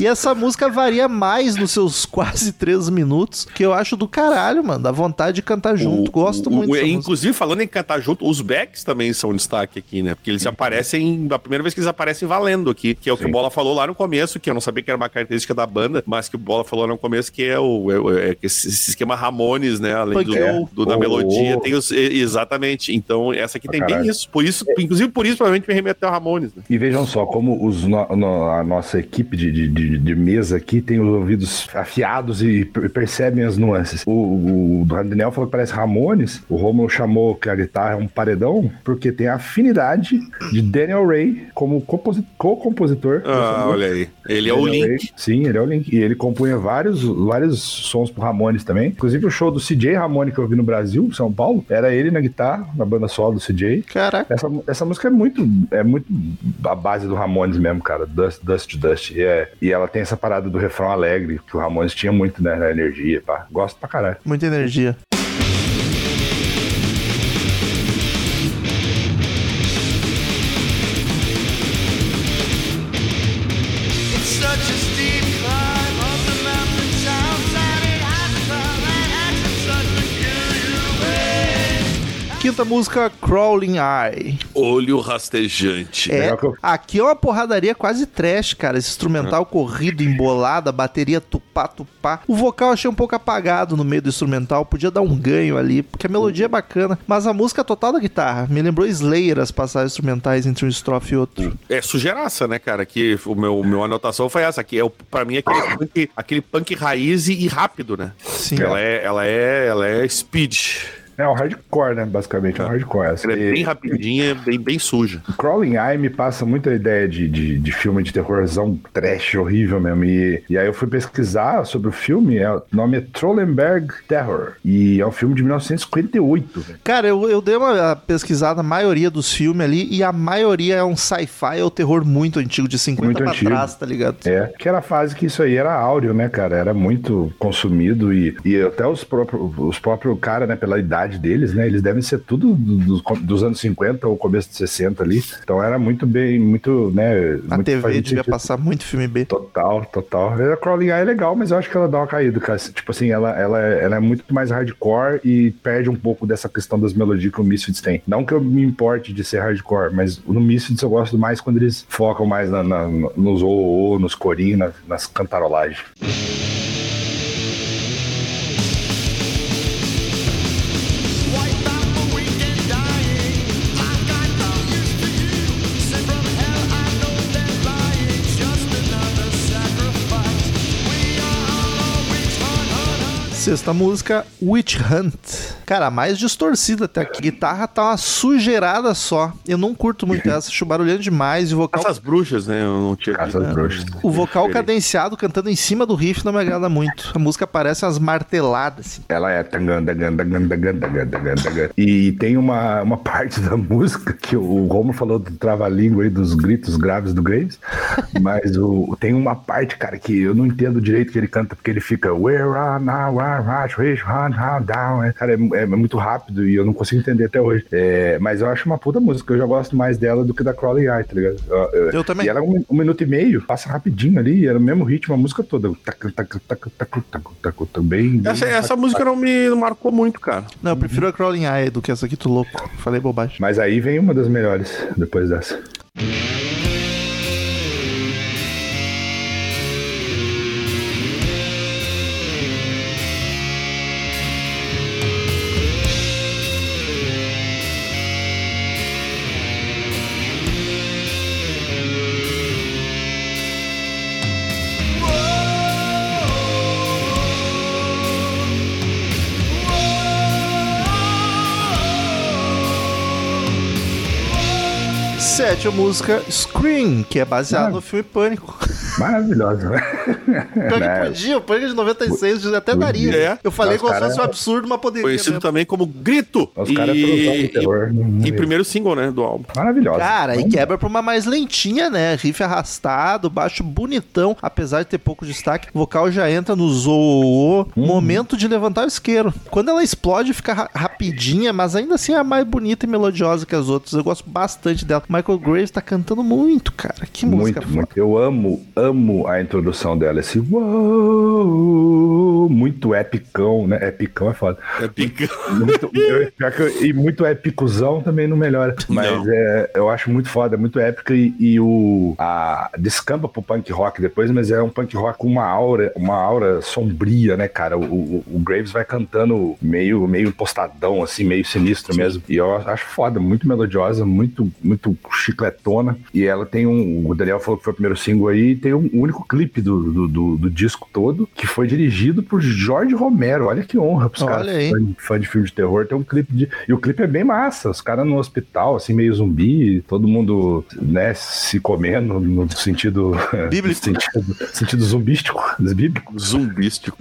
[SPEAKER 2] e essa música varia mais nos seus quase três minutos, que eu acho do caralho, mano. Dá vontade de cantar junto.
[SPEAKER 3] O-
[SPEAKER 2] Gosto
[SPEAKER 3] o-
[SPEAKER 2] muito
[SPEAKER 3] o-
[SPEAKER 2] dessa música.
[SPEAKER 3] Inclusive, falando em cantar junto, os backs também são destaque aqui, né? Porque eles aparecem, a primeira vez que eles aparecem valendo aqui, que é o que
[SPEAKER 4] Sim.
[SPEAKER 3] o Bola falou lá no começo, que eu não sabia que era uma característica da banda, mas que o Bola falou lá no começo, que é o é- é esse esse esquema Ramones, né? Além do,
[SPEAKER 2] Punk é.
[SPEAKER 4] rock.
[SPEAKER 3] do- da
[SPEAKER 4] Oh,
[SPEAKER 3] melodia,
[SPEAKER 4] oh.
[SPEAKER 3] tem os. e- Exatamente. Então, essa aqui
[SPEAKER 4] Ah,
[SPEAKER 3] tem
[SPEAKER 4] caralho.
[SPEAKER 3] bem isso. Por isso, inclusive por isso, provavelmente me remeteu ao Ramones, né?
[SPEAKER 4] E vejam só, como os no- no- a nossa equipe de, de- de- de mesa aqui tem os ouvidos afiados e per- percebem as nuances. O, o Daniel falou que parece Ramones, o Romulo chamou que a guitarra é um paredão, porque tem a afinidade de Daniel Ray como composi- co-compositor. dessa
[SPEAKER 3] Ah,
[SPEAKER 4] música.
[SPEAKER 3] olha aí. Ele é o
[SPEAKER 4] Daniel
[SPEAKER 3] Link.
[SPEAKER 4] Ray, Sim, Uhum. ele é o Link. E ele compunha vários, vários sons pro Ramones também. Inclusive o show do CJ Ramone que eu vi no Brasil, em São Paulo, era ele na guitarra, na banda solo do CJ.
[SPEAKER 2] Caraca.
[SPEAKER 4] Essa, essa música é muito, é muito a base do Ramones mesmo, cara. Dust, Dust, Dust. E, é, e ela tem essa parada do refrão alegre, que o Ramones tinha muito, né? Na energia, pá. Gosto pra caralho.
[SPEAKER 2] Muita energia.
[SPEAKER 1] It's such a steep climb up the mountain towns and it acts and acts in such peculiar ways.
[SPEAKER 2] Quinta música, Crawling Eye.
[SPEAKER 3] Olho rastejante.
[SPEAKER 2] É,
[SPEAKER 4] Legal que eu-
[SPEAKER 2] aqui é uma porradaria quase trash, cara. Esse instrumental corrido, embolado, a bateria tupá, tupá. O vocal eu achei um pouco apagado no meio do instrumental, podia dar um ganho ali, porque a melodia é bacana, mas a música é total da guitarra me lembrou Slayer as passagens instrumentais entre um estrofe e outro.
[SPEAKER 3] É sujeiraça, né, cara? Que o meu, meu anotação foi essa, que é o, pra mim é aquele punk, aquele punk raiz e rápido, né?
[SPEAKER 2] Sim.
[SPEAKER 3] Ela é, ela é, ela é speed.
[SPEAKER 4] É um hardcore, né? Basicamente, é um hardcore. Essa.
[SPEAKER 3] Ela é bem
[SPEAKER 4] E
[SPEAKER 3] rapidinha, bem, bem suja.
[SPEAKER 4] Crawling Eye me passa muito a ideia de, de, de filme de terrorzão trash, horrível mesmo. E, e aí eu fui pesquisar sobre o filme, é, o nome é Trollenberg Terror. E é um filme de 1958. velho.
[SPEAKER 2] Cara, eu, eu dei uma pesquisada na maioria dos filmes ali, e a maioria é um sci-fi, é o terror muito antigo, de 50
[SPEAKER 4] Muito
[SPEAKER 2] pra
[SPEAKER 4] antigo.
[SPEAKER 2] trás, tá ligado?
[SPEAKER 4] É, que era a fase que isso aí era áureo, né, cara? Era muito consumido e, e até os próprios os próprios caras, né, pela idade deles, né, eles devem ser tudo do- do- dos anos 50 ou começo de 60 ali. Então era muito bem, muito, né...
[SPEAKER 2] Na
[SPEAKER 4] muito
[SPEAKER 2] TV
[SPEAKER 4] fazia
[SPEAKER 2] devia
[SPEAKER 4] sentido.
[SPEAKER 2] passar muito filme B.
[SPEAKER 4] Total, total. A Crawling Eye é legal, mas eu acho que ela dá uma caída, cara. Tipo assim, ela, ela, é- ela é muito mais hardcore e perde um pouco dessa questão das melodias que o Misfits tem. Não que eu me importe de ser hardcore, mas no Misfits eu gosto mais quando eles focam mais na, na- nos ou nos corinhos, nas, nas cantarolagens.
[SPEAKER 1] Wipe out the weak and dying, like I done used to you. Sent from hell, I know they're lying. Just another sacrifice. We are on a witch hunt, hunt, hunt.
[SPEAKER 2] Sexta música, Witch Hunt. Cara, a mais distorcida até aqui. Guitarra tá uma sujeirada só. Eu não curto muito essa, acho barulhento demais. E o vocal,
[SPEAKER 3] Essas bruxas, né? Eu não tinha.
[SPEAKER 4] Caça às bruxas.
[SPEAKER 2] o vocal
[SPEAKER 3] diferente.
[SPEAKER 2] cadenciado cantando em cima do riff não me agrada muito. A música parece umas marteladas. assim.
[SPEAKER 4] Ela é tanganda, ganda, ganda, ganda, ganda, ganda, ganda. E tem uma, uma parte da música que o Romulo falou do trava-língua aí, dos gritos graves do Graves. Mas o, tem uma parte, cara, que eu não entendo direito que ele canta, porque ele fica. "Where are now, where are we, run, run down." É, Cara, é, mu- é muito rápido e eu não consigo entender até hoje. É, mas eu acho uma puta música, eu já gosto mais dela do que da Crawley Eye, tá ligado? Eu,
[SPEAKER 2] Eu também.
[SPEAKER 4] E ela é um, um minuto e meio, passa rapidinho ali, era o mesmo ritmo, a música toda. Tac, tac, tac, tac, tac, tac, também.
[SPEAKER 3] Essa, essa música não me não marcou muito, cara.
[SPEAKER 2] Não, eu prefiro
[SPEAKER 4] Uhum.
[SPEAKER 2] a Crawling Eye do que essa aqui, tu louco. Falei bobagem.
[SPEAKER 4] Mas aí vem uma das melhores depois dessa.
[SPEAKER 2] Sétima música, Scream, que é baseada
[SPEAKER 4] Ah.
[SPEAKER 2] no é filme Pânico.
[SPEAKER 4] Maravilhosa, né?
[SPEAKER 2] Pior que
[SPEAKER 4] Né?
[SPEAKER 2] podia, o Pânico de 96 até daria.
[SPEAKER 3] É.
[SPEAKER 2] Eu falei
[SPEAKER 4] Mas
[SPEAKER 2] como se
[SPEAKER 4] cara-
[SPEAKER 2] fosse um absurdo, mas poderia.
[SPEAKER 3] Conhecido
[SPEAKER 2] mesmo.
[SPEAKER 3] também como Grito.
[SPEAKER 4] Os
[SPEAKER 3] e,
[SPEAKER 4] caras trouxeram o terror.
[SPEAKER 3] e, e primeiro single, né, do álbum.
[SPEAKER 4] Maravilhosa.
[SPEAKER 2] Cara, e é
[SPEAKER 4] Vamos
[SPEAKER 2] quebra pra uma mais lentinha, né? Riff arrastado, baixo bonitão, apesar de ter pouco destaque. O vocal já entra no zoô. Momento de levantar o isqueiro. Quando ela explode, fica ra- rapidinha, mas ainda assim é a mais bonita e melodiosa que as outras. Eu gosto bastante dela. Michael Graves tá cantando muito, cara. Que música né?
[SPEAKER 4] Muito, muito. Eu amo, amo a introdução dela. Esse uou, muito epicão, né? Epicão é foda.
[SPEAKER 3] É pica.
[SPEAKER 4] Muito- eu- pior que eu- e muito épicozão também não melhora. Mas
[SPEAKER 3] Não.
[SPEAKER 4] é, eu acho muito foda, é muito épica e, e o. A, descamba pro punk rock depois, mas é um punk rock com uma aura, uma aura sombria, né, cara? O, o- o Graves vai cantando meio, meio postadão, assim, meio sinistro mesmo. E eu acho foda, muito melodiosa, muito, muito chicletona. E ela tem um. O Daniel falou que foi o primeiro single aí, tem um único clipe do, do, do- do disco todo, que foi dirigido por Jorge Romero. Olha que honra pros
[SPEAKER 2] Olha
[SPEAKER 4] caras.
[SPEAKER 2] aí.
[SPEAKER 4] Fã de- fã de filme de terror, tem um clipe de. E o clipe é bem massa. Os caras no hospital, assim, meio zumbi, todo mundo, né, se comendo no sentido.
[SPEAKER 2] Bíblico.
[SPEAKER 4] no sentido, sentido zumbístico, bíblico.
[SPEAKER 3] Zumbístico.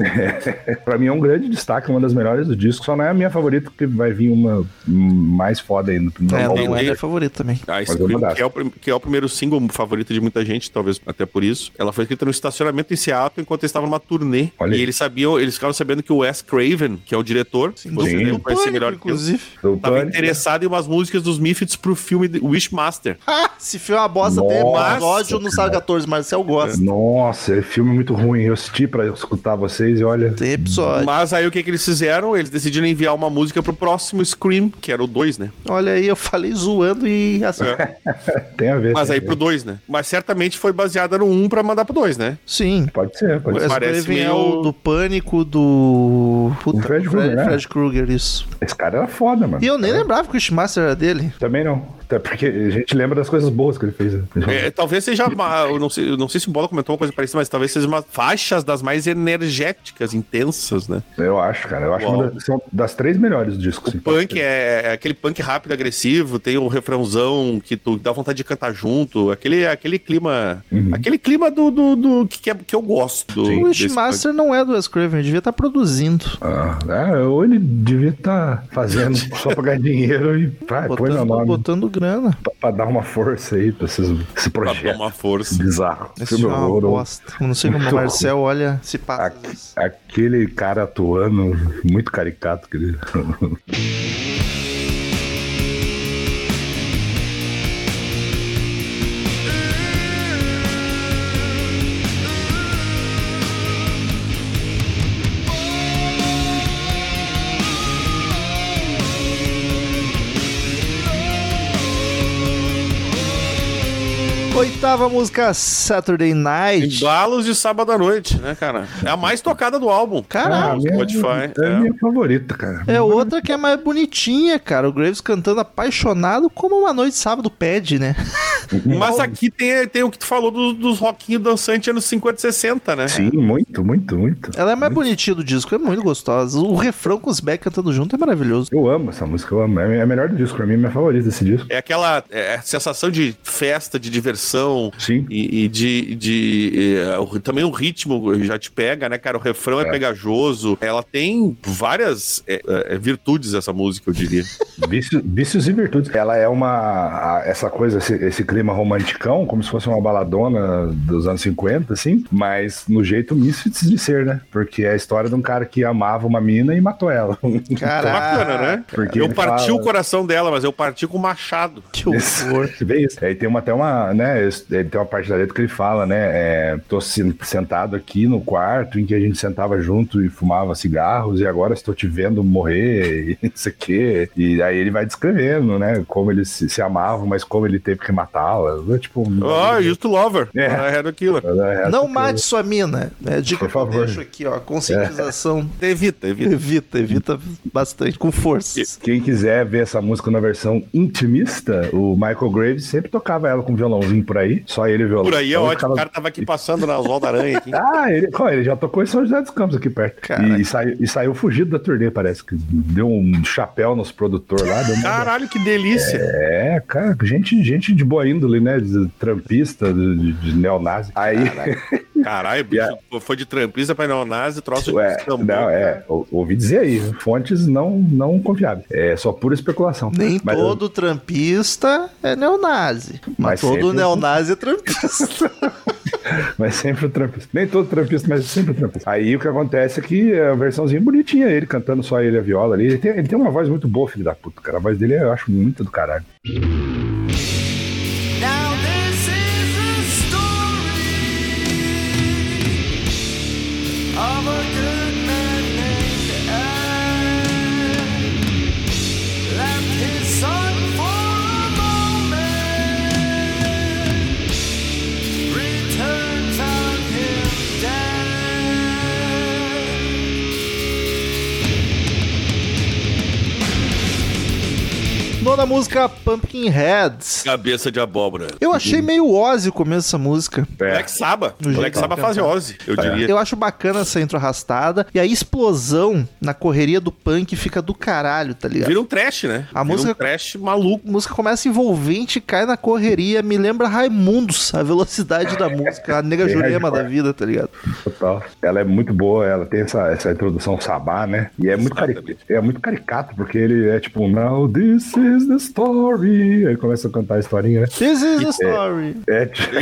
[SPEAKER 4] Pra mim é um grande destaque, uma das melhores do disco. Só não é a minha favorita, porque vai vir uma hum, mais foda ainda.
[SPEAKER 2] É,
[SPEAKER 4] Não,
[SPEAKER 2] não é
[SPEAKER 3] tem-
[SPEAKER 2] minha favorita também.
[SPEAKER 3] A
[SPEAKER 4] Mas eu
[SPEAKER 3] Scream,
[SPEAKER 4] mandasse.
[SPEAKER 3] que é, o, prim- que é o primeiro single favorito de muita gente, talvez até por isso. Ela foi escrita no estacionamento em Seattle enquanto eles estavam numa turnê.
[SPEAKER 4] Olha
[SPEAKER 3] e
[SPEAKER 4] aí.
[SPEAKER 3] eles sabiam, eles ficaram sabendo que o Wes Craven, que é o diretor, você
[SPEAKER 4] do-
[SPEAKER 3] deve
[SPEAKER 2] do
[SPEAKER 3] conhecer
[SPEAKER 2] Pânico,
[SPEAKER 3] melhor que eu,
[SPEAKER 2] inclusive.
[SPEAKER 4] do
[SPEAKER 3] tava
[SPEAKER 4] Pânico.
[SPEAKER 3] interessado em umas músicas dos Misfits pro filme de- Wishmaster.
[SPEAKER 2] Ah, esse filme é uma bosta, tem
[SPEAKER 4] Nossa,
[SPEAKER 2] episódio no Sala 14, Marcel gosta.
[SPEAKER 4] Nossa, é filme muito ruim. Eu assisti pra escutar vocês e olha.
[SPEAKER 2] Tem episódio.
[SPEAKER 3] Mas aí o que, que eles fizeram? Eles decidiram enviar uma música pro próximo Scream, que era o 2, né?
[SPEAKER 2] Olha aí, eu falei zoando e assim.
[SPEAKER 3] É.
[SPEAKER 4] Tem a ver.
[SPEAKER 3] Mas
[SPEAKER 4] tem a
[SPEAKER 3] aí
[SPEAKER 4] ver.
[SPEAKER 3] pro 2, né? Mas certamente foi baseada no 1 um pra mandar pro 2, né?
[SPEAKER 2] Sim.
[SPEAKER 4] Pode ser, pode
[SPEAKER 2] Wes
[SPEAKER 4] ser.
[SPEAKER 3] Parece
[SPEAKER 2] Craven é
[SPEAKER 3] meio-
[SPEAKER 2] o do Pânico, do. Puta,
[SPEAKER 4] Do
[SPEAKER 2] Fred,
[SPEAKER 4] Fred Krueger, né? É.
[SPEAKER 2] Fred Krueger, isso.
[SPEAKER 4] Esse cara era foda, mano.
[SPEAKER 2] E eu nem lembrava que o Wishmaster era dele.
[SPEAKER 4] Também não. Até porque a gente lembra das coisas boas que ele fez. né?
[SPEAKER 3] É, talvez seja. uma- eu, não sei, eu não sei se o Bola comentou uma coisa parecida, mas talvez seja uma faixas das mais energéticas, intensas, né?
[SPEAKER 4] Eu acho, cara. Eu acho
[SPEAKER 3] Uau.
[SPEAKER 4] uma das, são das três melhores discos. assim.
[SPEAKER 3] Punk é, é aquele punk rápido, agressivo, tem o refrãozão que tu dá vontade de cantar junto, aquele, aquele clima.
[SPEAKER 4] Uhum.
[SPEAKER 3] Aquele clima do, do, do- que, que, é- que eu gosto. do-
[SPEAKER 2] o
[SPEAKER 3] desse
[SPEAKER 2] Wishmaster não é do Wes Craven, ele devia estar produzindo.
[SPEAKER 4] Ah, é, ou ele devia estar fazendo só pra ganhar dinheiro e pá, põe é meu
[SPEAKER 2] Botando,
[SPEAKER 4] nome
[SPEAKER 2] botando grana.
[SPEAKER 4] pra, pra dar uma força aí pra esses, esse
[SPEAKER 3] punk, Pra
[SPEAKER 4] projeto
[SPEAKER 3] dar uma força.
[SPEAKER 4] bizarro.
[SPEAKER 2] Esse
[SPEAKER 4] Filme
[SPEAKER 2] filme é uma
[SPEAKER 4] horroroso.
[SPEAKER 2] bosta. Eu não sei como o
[SPEAKER 4] Muito
[SPEAKER 2] Marcel olha se
[SPEAKER 4] A-
[SPEAKER 2] passa. às vezes.
[SPEAKER 4] aquele cara atuando, muito caricato, querido.
[SPEAKER 2] Oitava música, Saturday Night.
[SPEAKER 3] Embalos de sábado à noite, né, cara? É a mais tocada do álbum.
[SPEAKER 2] Caralho.
[SPEAKER 4] Ah, minha-
[SPEAKER 3] Spotify,
[SPEAKER 4] É,
[SPEAKER 3] é.
[SPEAKER 4] minha favorita, cara.
[SPEAKER 2] É outra que é mais bonitinha, cara. O Graves cantando apaixonado como uma noite de sábado pede, né?
[SPEAKER 3] Mas aqui tem, tem o que tu falou do- dos roquinhos dançantes anos 50 e 60, né?
[SPEAKER 4] Sim, muito, muito, muito.
[SPEAKER 2] Ela é mais bonitinha do disco, é muito gostosa. O refrão com os Beck cantando junto é maravilhoso.
[SPEAKER 4] Eu amo essa música, eu amo. É é a melhor do disco, pra mim, é minha favorita esse disco.
[SPEAKER 3] É aquela é, a sensação de festa, de diversão
[SPEAKER 4] Sim.
[SPEAKER 3] e, e de. de, é, o- também o ritmo já te pega, né, cara? O refrão é,
[SPEAKER 4] É.
[SPEAKER 3] pegajoso. Ela tem várias é, é, virtudes, essa música, eu diria.
[SPEAKER 4] Vício- Vícios e virtudes. Ela é uma. a- essa coisa, esse, esse clima romanticão, como se fosse uma baladona dos anos 50, assim, mas no jeito Misfits de ser, né? Porque é a história de um cara que amava uma mina e matou ela.
[SPEAKER 3] Bacana, né?
[SPEAKER 4] Porque
[SPEAKER 3] eu
[SPEAKER 4] ele
[SPEAKER 3] parti
[SPEAKER 4] fala-
[SPEAKER 3] o coração dela, mas eu parti com o machado.
[SPEAKER 2] Que horror.
[SPEAKER 4] Você vê isso. Aí tem uma, até uma, né? Ele tem uma parte da letra que ele fala, né? É, tô sen- sentado aqui no quarto em que a gente sentava junto e fumava cigarros, e agora estou te vendo morrer, e não sei o quê. E aí ele vai descrevendo, né? Como eles se, se amavam, mas como ele teve que matá-la. né, Tipo,
[SPEAKER 3] Ah, used to lover. Ah,
[SPEAKER 4] É.
[SPEAKER 3] I had a killer.
[SPEAKER 4] é,
[SPEAKER 2] Não mate sua mina. É a dica
[SPEAKER 4] Por
[SPEAKER 2] que eu
[SPEAKER 4] favor.
[SPEAKER 2] deixo aqui, ó. Conscientização.
[SPEAKER 3] Evita, evita.
[SPEAKER 2] Evita, evita bastante, com força.
[SPEAKER 4] Quem quiser ver essa música na versão intimista, o Michael Graves sempre tocava ela com violãozinho tocando por aí. Só ele e o violão.
[SPEAKER 3] Por aí é
[SPEAKER 4] Então,
[SPEAKER 3] ótimo,
[SPEAKER 4] ficava-
[SPEAKER 3] o cara tava aqui passando na Oswaldo Aranha aqui.
[SPEAKER 4] Ah, ele, ó, ele já tocou em São José dos Campos aqui perto.
[SPEAKER 2] Caraca.
[SPEAKER 4] E, saiu, e saiu fugido da turnê, parece. que Deu um chapéu nos produtores lá. Deu uma...
[SPEAKER 3] Caralho, que delícia.
[SPEAKER 4] É, cara, gente, gente de boa índole, né? De trampista, de, de- de neonazi. Aí,
[SPEAKER 3] Caralho, bicho, foi de trampista pra neonazi, troço
[SPEAKER 4] ué,
[SPEAKER 3] de tambor.
[SPEAKER 4] não, é, ou- ouvi dizer aí, fontes não, não confiáveis. É só pura especulação.
[SPEAKER 2] Nem
[SPEAKER 4] Mas-
[SPEAKER 2] todo trampista é neonazi. Mas,
[SPEAKER 4] Mas
[SPEAKER 2] todo
[SPEAKER 4] sempre-
[SPEAKER 2] neonazi é trampista.
[SPEAKER 4] Mas sempre o trampista. Nem todo trampista, mas sempre o trampista. Aí o que acontece é que é uma versãozinha bonitinha, ele cantando só ele e a viola ali. Ele tem, ele tem uma voz muito boa, filho da puta, cara. A voz dele é, eu acho muito do caralho.
[SPEAKER 1] Now this is a story of a good man named Ed. Left his son for a moment, returned found him dead.
[SPEAKER 2] Nona música, Pumpkinheads.
[SPEAKER 3] Cabeça de abóbora.
[SPEAKER 2] Eu achei meio Ozzy o começo dessa música.
[SPEAKER 4] É.
[SPEAKER 3] Black Saba.
[SPEAKER 2] No
[SPEAKER 3] Black
[SPEAKER 2] jeito
[SPEAKER 3] Saba
[SPEAKER 2] que
[SPEAKER 3] faz
[SPEAKER 2] eu
[SPEAKER 3] Ozzy, eu diria.
[SPEAKER 2] Eu acho bacana essa intro arrastada. E a explosão na correria do punk fica do caralho, tá ligado?
[SPEAKER 3] Vira um trash, né?
[SPEAKER 2] A
[SPEAKER 3] Vira
[SPEAKER 2] música-
[SPEAKER 3] um trash maluco.
[SPEAKER 2] A música começa envolvente, cai na correria, me lembra Raimundos, a velocidade da música, a nega
[SPEAKER 4] É,
[SPEAKER 2] jurema
[SPEAKER 4] hardcore.
[SPEAKER 2] da vida, tá ligado?
[SPEAKER 4] Total. Ela é muito boa, ela tem essa, essa introdução sabá, né? E é muito, cari
[SPEAKER 3] Exatamente.
[SPEAKER 4] é muito caricato, porque ele é tipo, now this is the story. Aí começa a cantar a historinha, né?
[SPEAKER 2] This is the story.
[SPEAKER 4] É, tipo,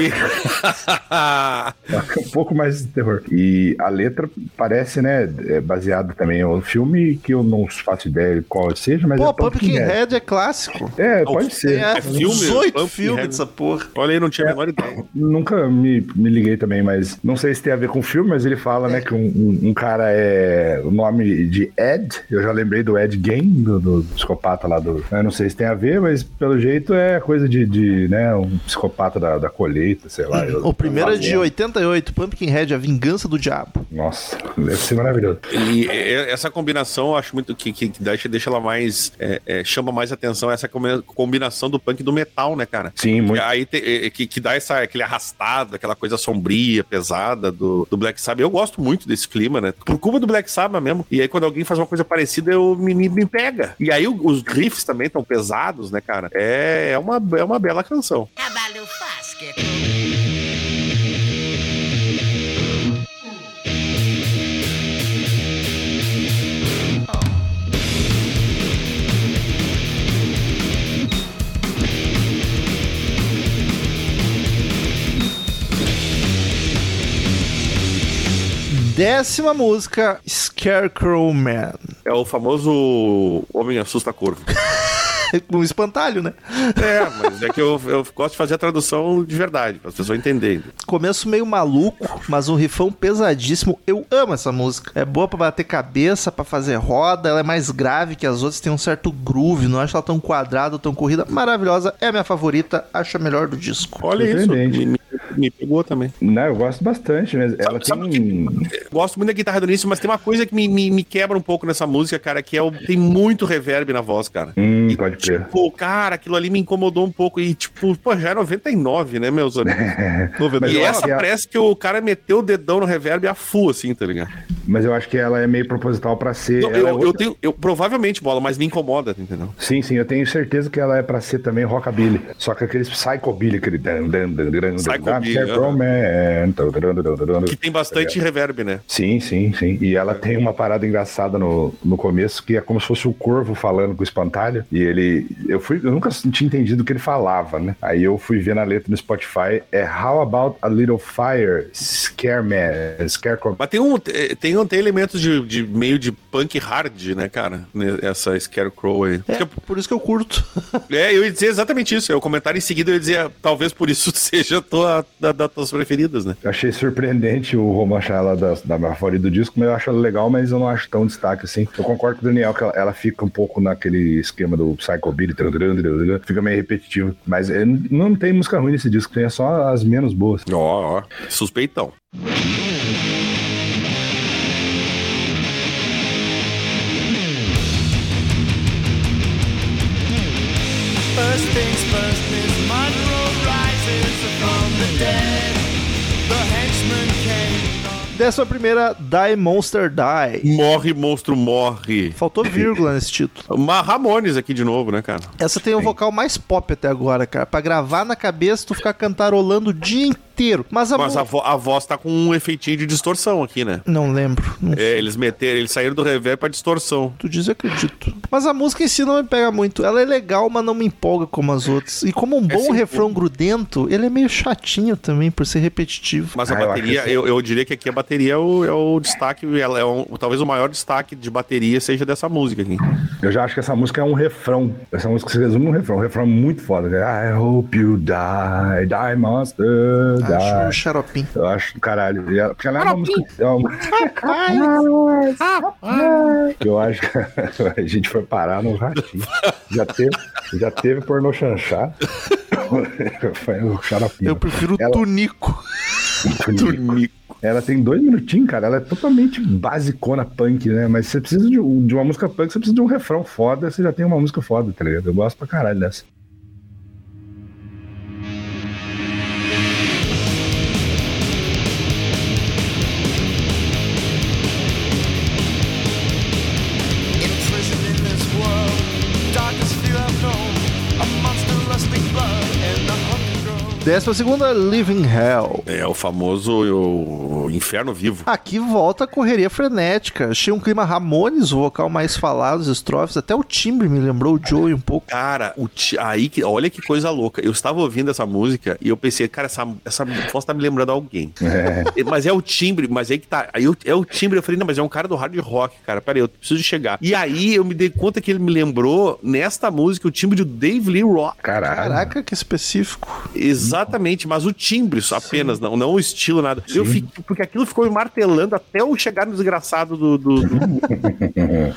[SPEAKER 4] um pouco mais de terror. E a letra parece, né, é baseada também em um filme que eu não faço ideia qual seja, mas
[SPEAKER 2] Pô,
[SPEAKER 4] é Pumpkinhead.
[SPEAKER 2] Pumpkinhead é clássico.
[SPEAKER 4] É, pode ser.
[SPEAKER 2] Tem é,
[SPEAKER 3] filme?
[SPEAKER 2] 18
[SPEAKER 3] Pumpkinhead.
[SPEAKER 2] filmes dessa porra.
[SPEAKER 3] Olha aí, não tinha a menor ideia.
[SPEAKER 4] Nunca me, me liguei também, mas não sei se tem a ver com o filme, mas ele fala, né, que um, um- um cara é o nome de Ed. Eu já lembrei do Ed Gein, do, do psicopata lá do. Eu não sei se tem a ver, mas pelo jeito é coisa de, de né, um psicopata da, da colheita, sei lá. Eu-
[SPEAKER 2] O primeiro é de
[SPEAKER 4] Valor.
[SPEAKER 2] 88, Pumpkinhead, A Vingança do Diabo.
[SPEAKER 4] Nossa, deve ser maravilhoso.
[SPEAKER 3] E é, essa combinação, eu acho muito que, que, que deixa, deixa ela mais. é, é, chama mais atenção essa combi- combinação do punk e do metal, né, cara?
[SPEAKER 4] Sim,
[SPEAKER 3] E
[SPEAKER 4] muito.
[SPEAKER 3] aí te- é, é, que, que dá essa, aquele arrastado, aquela coisa sombria, pesada do, do Black Sabbath. Eu gosto muito desse clima, né? Por culpa do Black Sabbath mesmo. E aí, quando alguém faz uma coisa parecida, eu me, me, me pega. E aí, o- os riffs também estão pesados, né, cara? É, é, uma, é uma bela canção.
[SPEAKER 5] Cavalo Fasquet.
[SPEAKER 2] Décima música, Scarecrow Man.
[SPEAKER 3] É o famoso Homem Assusta Corvo.
[SPEAKER 2] Um espantalho, né?
[SPEAKER 3] É, mas é que eu, eu gosto de fazer a tradução de verdade, para as pessoas entenderem.
[SPEAKER 2] Começo meio maluco, mas um rifão pesadíssimo. Eu amo essa música. É boa pra bater cabeça, pra fazer roda. Ela é mais grave que as outras, tem um certo groove. Não acho ela tão quadrada, tão corrida. Maravilhosa, é a minha favorita. Acho a melhor do disco.
[SPEAKER 3] Olha isso,
[SPEAKER 4] Surpreendente.
[SPEAKER 3] me, me- me pegou também.
[SPEAKER 4] Não, né, eu gosto bastante, mas ela
[SPEAKER 3] sabe o
[SPEAKER 4] tem. um,
[SPEAKER 3] Gosto muito da guitarra do início, mas tem uma coisa que me, me, me quebra um pouco nessa música, cara, que é o, tem muito reverb na voz, cara.
[SPEAKER 4] Hum, pode crer.
[SPEAKER 3] Tipo, cara, aquilo ali me incomodou um pouco. E, tipo, pô, já é 99, né, meus amigos?
[SPEAKER 4] Mas
[SPEAKER 3] e
[SPEAKER 4] eu
[SPEAKER 3] essa
[SPEAKER 4] acho que é a-
[SPEAKER 3] parece que o cara meteu o dedão no reverb a full, assim, tá ligado?
[SPEAKER 4] Mas eu acho que ela é meio proposital pra ser.
[SPEAKER 3] Não,
[SPEAKER 4] ela
[SPEAKER 3] eu,
[SPEAKER 4] é
[SPEAKER 3] eu
[SPEAKER 4] outra-
[SPEAKER 3] tenho, eu provavelmente bola, mas me incomoda, entendeu?
[SPEAKER 4] Sim, sim, eu tenho certeza que ela é pra ser também rockabilly. Só que aquele psychobilly, aquele. dan, dan, dan, dan, dan,
[SPEAKER 3] Psychobilly,
[SPEAKER 4] dan, dan, dan, dan, dan, dan, dan, dan, dan.
[SPEAKER 3] Que tem bastante reverb, né?
[SPEAKER 4] Tá Sim, sim, sim. E ela tem uma parada engraçada no, no começo, que é como se fosse o corvo falando com o espantalho. E ele. Eu, fui, eu nunca tinha entendido o que ele falava, né? Aí eu fui ver na letra no Spotify. É How About a Little Fire? Scare Man. Scarecrow
[SPEAKER 3] Mas tem, um, eh, tem, um- tem elementos de, de meio de punk hard, né, cara? Ne- Essa Scarecrow aí.
[SPEAKER 2] É,
[SPEAKER 3] Acho que
[SPEAKER 2] por isso que eu curto.
[SPEAKER 3] É, eu ia dizer exatamente isso. O comentário em seguida eu ia dizer, talvez por isso seja a tua, da, das tuas preferidas, né?
[SPEAKER 4] Eu achei surpreendente o Roman achar ela da, da minha favorita do disco, mas eu acho ela legal, mas eu não acho tão destaque assim. Eu concordo com o Daniel que ela, ela fica um pouco naquele esquema do Psycho Billy, tran, tran, tran, tran, fica meio repetitivo. Mas é, não tem música ruim nesse disco, tem só as menos boas.
[SPEAKER 3] Ó, ó. Suspeitão.
[SPEAKER 1] First things first, Miss Monroe rises.
[SPEAKER 2] Décima primeira, Die Monster Die.
[SPEAKER 3] Morre, monstro, morre.
[SPEAKER 2] Faltou vírgula nesse título.
[SPEAKER 3] Uma Ramones aqui de novo, né, cara?
[SPEAKER 2] Essa tem o vocal mais pop até agora, cara. Pra gravar na cabeça, tu ficar cantarolando o dia inteiro. Mas a,
[SPEAKER 3] Mas
[SPEAKER 2] mu-
[SPEAKER 3] a, vo- a voz tá com um efeitinho de distorção aqui, né?
[SPEAKER 2] Não lembro. Não
[SPEAKER 3] É, eles meteram, eles saíram do reverb pra distorção.
[SPEAKER 2] Tu diz, eu acredito. Mas a música em si não me pega muito. Ela é legal, mas não me empolga como as outras. E como um bom
[SPEAKER 3] É, sim,
[SPEAKER 2] refrão grudento, ele é meio chatinho também, por ser repetitivo.
[SPEAKER 3] Mas a
[SPEAKER 4] Ah, eu
[SPEAKER 3] bateria,
[SPEAKER 4] acho
[SPEAKER 3] eu, eu diria que aqui a bateria é o, é o destaque, ela é um- talvez o maior destaque de bateria seja dessa música aqui.
[SPEAKER 4] Eu já acho que essa música é um refrão. Essa música se resume num refrão. Um refrão muito foda. que é, I hope you die, die monster, die.
[SPEAKER 2] Acho um xaropim.
[SPEAKER 4] Eu acho do caralho. E ela- Porque ela é uma música. É uma... Eu acho que a gente foi parar no ratinho. Já teve, já teve pornô chanchá. Foi o né? xaropinho.
[SPEAKER 2] Eu prefiro
[SPEAKER 4] Ela-
[SPEAKER 2] Tunico.
[SPEAKER 4] Ela tem dois minutinhos, cara. Ela é totalmente basicona punk, né? Mas você precisa de, um- de uma música punk, você precisa de um refrão foda, você já tem uma música foda, tá ligado? Eu gosto pra caralho dessa.
[SPEAKER 1] Imprisoned in this world, darkest fear I've known. A monster rusting blood and a hungry girl.
[SPEAKER 2] Décima segunda, Living Hell.
[SPEAKER 3] É o famoso o inferno vivo.
[SPEAKER 2] Aqui volta a correria frenética. Achei um clima Ramones, o vocal mais falado, os estrofes. Até o timbre me lembrou o Joey um pouco.
[SPEAKER 3] Cara, o ti- aí que, olha que coisa louca. Eu estava ouvindo essa música e eu pensei, cara, essa, essa voz tá me lembrando alguém. E- Mas é o timbre, mas aí que tá. Aí eu- é o timbre. Eu falei, não, mas é um cara do hard rock, cara. Peraí, eu preciso chegar. E aí eu me dei conta que ele me lembrou, nesta música, o timbre do Dave Lee Roth.
[SPEAKER 4] Caralho.
[SPEAKER 2] Caraca, que específico.
[SPEAKER 3] Exatamente, mas o timbre só apenas, não, não o estilo, nada. Eu fiquei, porque aquilo ficou me martelando até eu chegar no desgraçado do. do- do-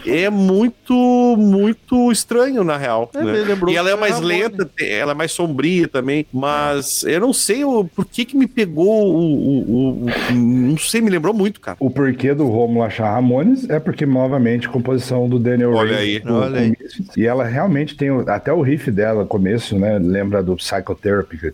[SPEAKER 3] é muito, muito estranho, na real.
[SPEAKER 2] É,
[SPEAKER 3] né?
[SPEAKER 2] me lembrou
[SPEAKER 3] E ela é mais
[SPEAKER 2] Ramones.
[SPEAKER 3] lenta, ela é mais sombria também, mas eu não sei o, por que que me pegou o, o- o- o- Não sei, me lembrou muito, cara.
[SPEAKER 4] O porquê do Romulo achar Ramones é porque, novamente, composição do Daniel
[SPEAKER 3] Olha
[SPEAKER 4] Ray
[SPEAKER 3] aí.
[SPEAKER 4] com-
[SPEAKER 2] Olha
[SPEAKER 4] com
[SPEAKER 2] aí.
[SPEAKER 4] Misfits. E ela realmente tem. o- Até o riff dela, começo, né? Lembra do Psychotherapy. que-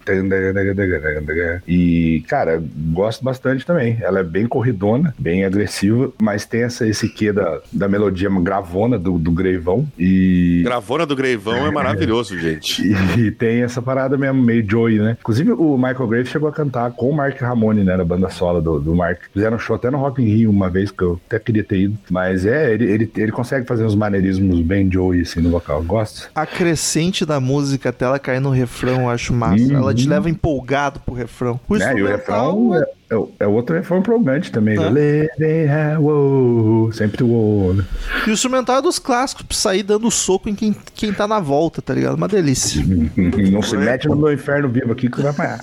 [SPEAKER 4] E, cara, gosto bastante também. Ela é bem corridona, bem agressiva, mas tem essa, esse quê da, da melodia gravona do, do Greivão. E.
[SPEAKER 3] Gravona do Greivão é maravilhoso, gente.
[SPEAKER 4] E tem essa parada mesmo, meio Joey, né? Inclusive, o Michael Graves chegou a cantar com o Mark Ramone, né? Na banda solo do, do Mark. Fizeram um show até no Rock in Rio uma vez, que eu até queria ter ido. Mas é, ele, ele, ele consegue fazer uns maneirismos bem Joey, assim, no vocal. Eu Gosto.
[SPEAKER 2] A crescente da música até ela cair no refrão, eu acho massa.
[SPEAKER 4] Uhum.
[SPEAKER 2] Ela te leva empolgado pro refrão. O
[SPEAKER 4] Né? E o É.
[SPEAKER 2] instrumental
[SPEAKER 4] refrão
[SPEAKER 2] é-
[SPEAKER 4] é, é o- é outro refrão empolgante também. né?
[SPEAKER 2] Tá.
[SPEAKER 4] Let it have, wow, sempre o wow, né?
[SPEAKER 2] E o instrumental é dos clássicos, pra sair dando soco em quem, quem tá na volta, tá ligado? Uma delícia.
[SPEAKER 4] Uhum. Não é se mete no meu inferno vivo aqui que tu vai apanhar.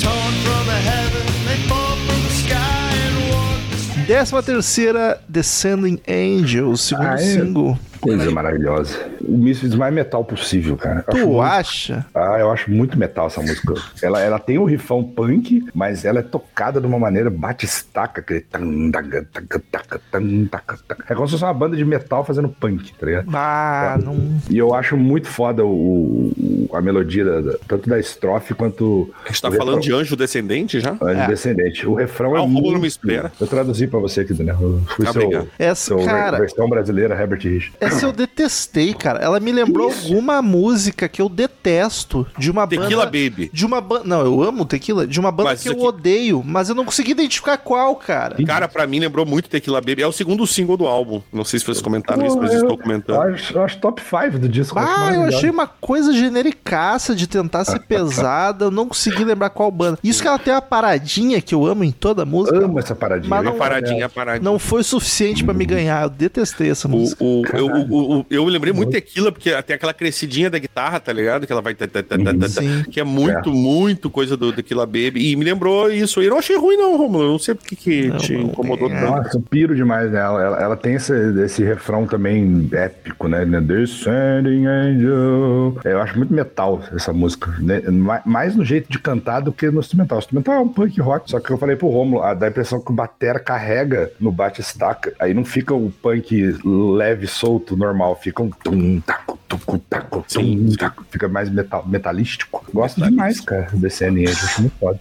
[SPEAKER 1] Torn from the heaven, they fall from the sky and walk the street.
[SPEAKER 2] Décima terceira, Descending Angels, segundo
[SPEAKER 4] Ah, é?
[SPEAKER 2] single.
[SPEAKER 4] Coisa maravilhosa. O Misfits mais metal possível, cara. Acho
[SPEAKER 2] Tu
[SPEAKER 4] muito
[SPEAKER 2] acha?
[SPEAKER 4] Ah, eu acho muito metal essa música. Ela, ela tem o rifão punk, mas ela é tocada de uma maneira batistaca, aquele tan, taca, taca, taca, tan, taca, taca. É como se fosse uma banda de metal fazendo punk, tá ligado?
[SPEAKER 2] Ah, não.
[SPEAKER 4] E eu acho muito foda o, o- a melodia, da- da- tanto da estrofe quanto.
[SPEAKER 3] A gente tá falando de anjo descendente já?
[SPEAKER 4] Anjo Descendente. O refrão
[SPEAKER 3] Ah,
[SPEAKER 4] é.
[SPEAKER 3] o Rômulo
[SPEAKER 4] muito...
[SPEAKER 3] me espera.
[SPEAKER 4] Eu traduzi pra você aqui, Daniel. Eu Fui
[SPEAKER 3] Ah,
[SPEAKER 4] seu,
[SPEAKER 3] obrigado.
[SPEAKER 2] Essa,
[SPEAKER 4] seu ver-
[SPEAKER 2] cara- é
[SPEAKER 4] versão brasileira, Herbert Rich.
[SPEAKER 2] Essa eu detestei, cara. Ela me lembrou alguma música que eu detesto de uma
[SPEAKER 3] Tequila
[SPEAKER 2] banda.
[SPEAKER 3] Baby.
[SPEAKER 2] De uma banda. Não, eu amo tequila. De uma banda
[SPEAKER 3] Mas
[SPEAKER 2] que
[SPEAKER 3] isso
[SPEAKER 2] eu
[SPEAKER 3] aqui-
[SPEAKER 2] odeio, mas eu não consegui identificar qual, cara.
[SPEAKER 3] Cara, pra mim lembrou muito Tequila Baby. É o segundo single do álbum. Não sei se vocês comentaram isso, mas eu
[SPEAKER 4] eu,
[SPEAKER 3] estou
[SPEAKER 4] eu
[SPEAKER 3] comentando.
[SPEAKER 4] acho, eu acho top 5 do disco. acho
[SPEAKER 2] Ah, eu
[SPEAKER 4] maravilhoso.
[SPEAKER 2] achei uma coisa genericaça de tentar ser pesada, eu não consegui lembrar qual banda. Isso que ela tem uma paradinha que eu amo em toda a música.
[SPEAKER 4] Amo Uhum. essa paradinha.
[SPEAKER 2] Mas
[SPEAKER 4] né?
[SPEAKER 2] não-
[SPEAKER 3] Paradinha, paradinha.
[SPEAKER 2] Não foi suficiente pra me ganhar, eu detestei essa música.
[SPEAKER 3] O, o, eu- o
[SPEAKER 4] verdade.
[SPEAKER 3] o- o- eu lembrei muito tequila, porque tem aquela crescidinha da guitarra, tá ligado? Que ela vai. tá, tá, tá, tá, tá,
[SPEAKER 2] Sim.
[SPEAKER 3] que é muito, muito coisa do Tequila Baby. E me lembrou isso. E eu não achei ruim, não, Romulo. Eu não sei porque que
[SPEAKER 2] Não,
[SPEAKER 3] te
[SPEAKER 2] não,
[SPEAKER 3] incomodou
[SPEAKER 2] é.
[SPEAKER 3] tanto.
[SPEAKER 4] Nossa, eu piro demais nela. Ela, ela tem esse, esse refrão também épico, né? Descending Angel. É, Eu acho muito metal essa música. né? Ma- Mais no jeito de cantar do que no instrumental. O instrumental é um punk rock. Só que eu falei pro Romulo, ah, dá a impressão que o batera carrega no bate-estaca. Aí não fica o punk leve, solto, normal. Fica um tum, taco, tucu, taco, tum,
[SPEAKER 3] Sim.
[SPEAKER 4] taco. Fica mais metal, metalístico. Gosto demais, cara, Descending Angel. Acho muito foda.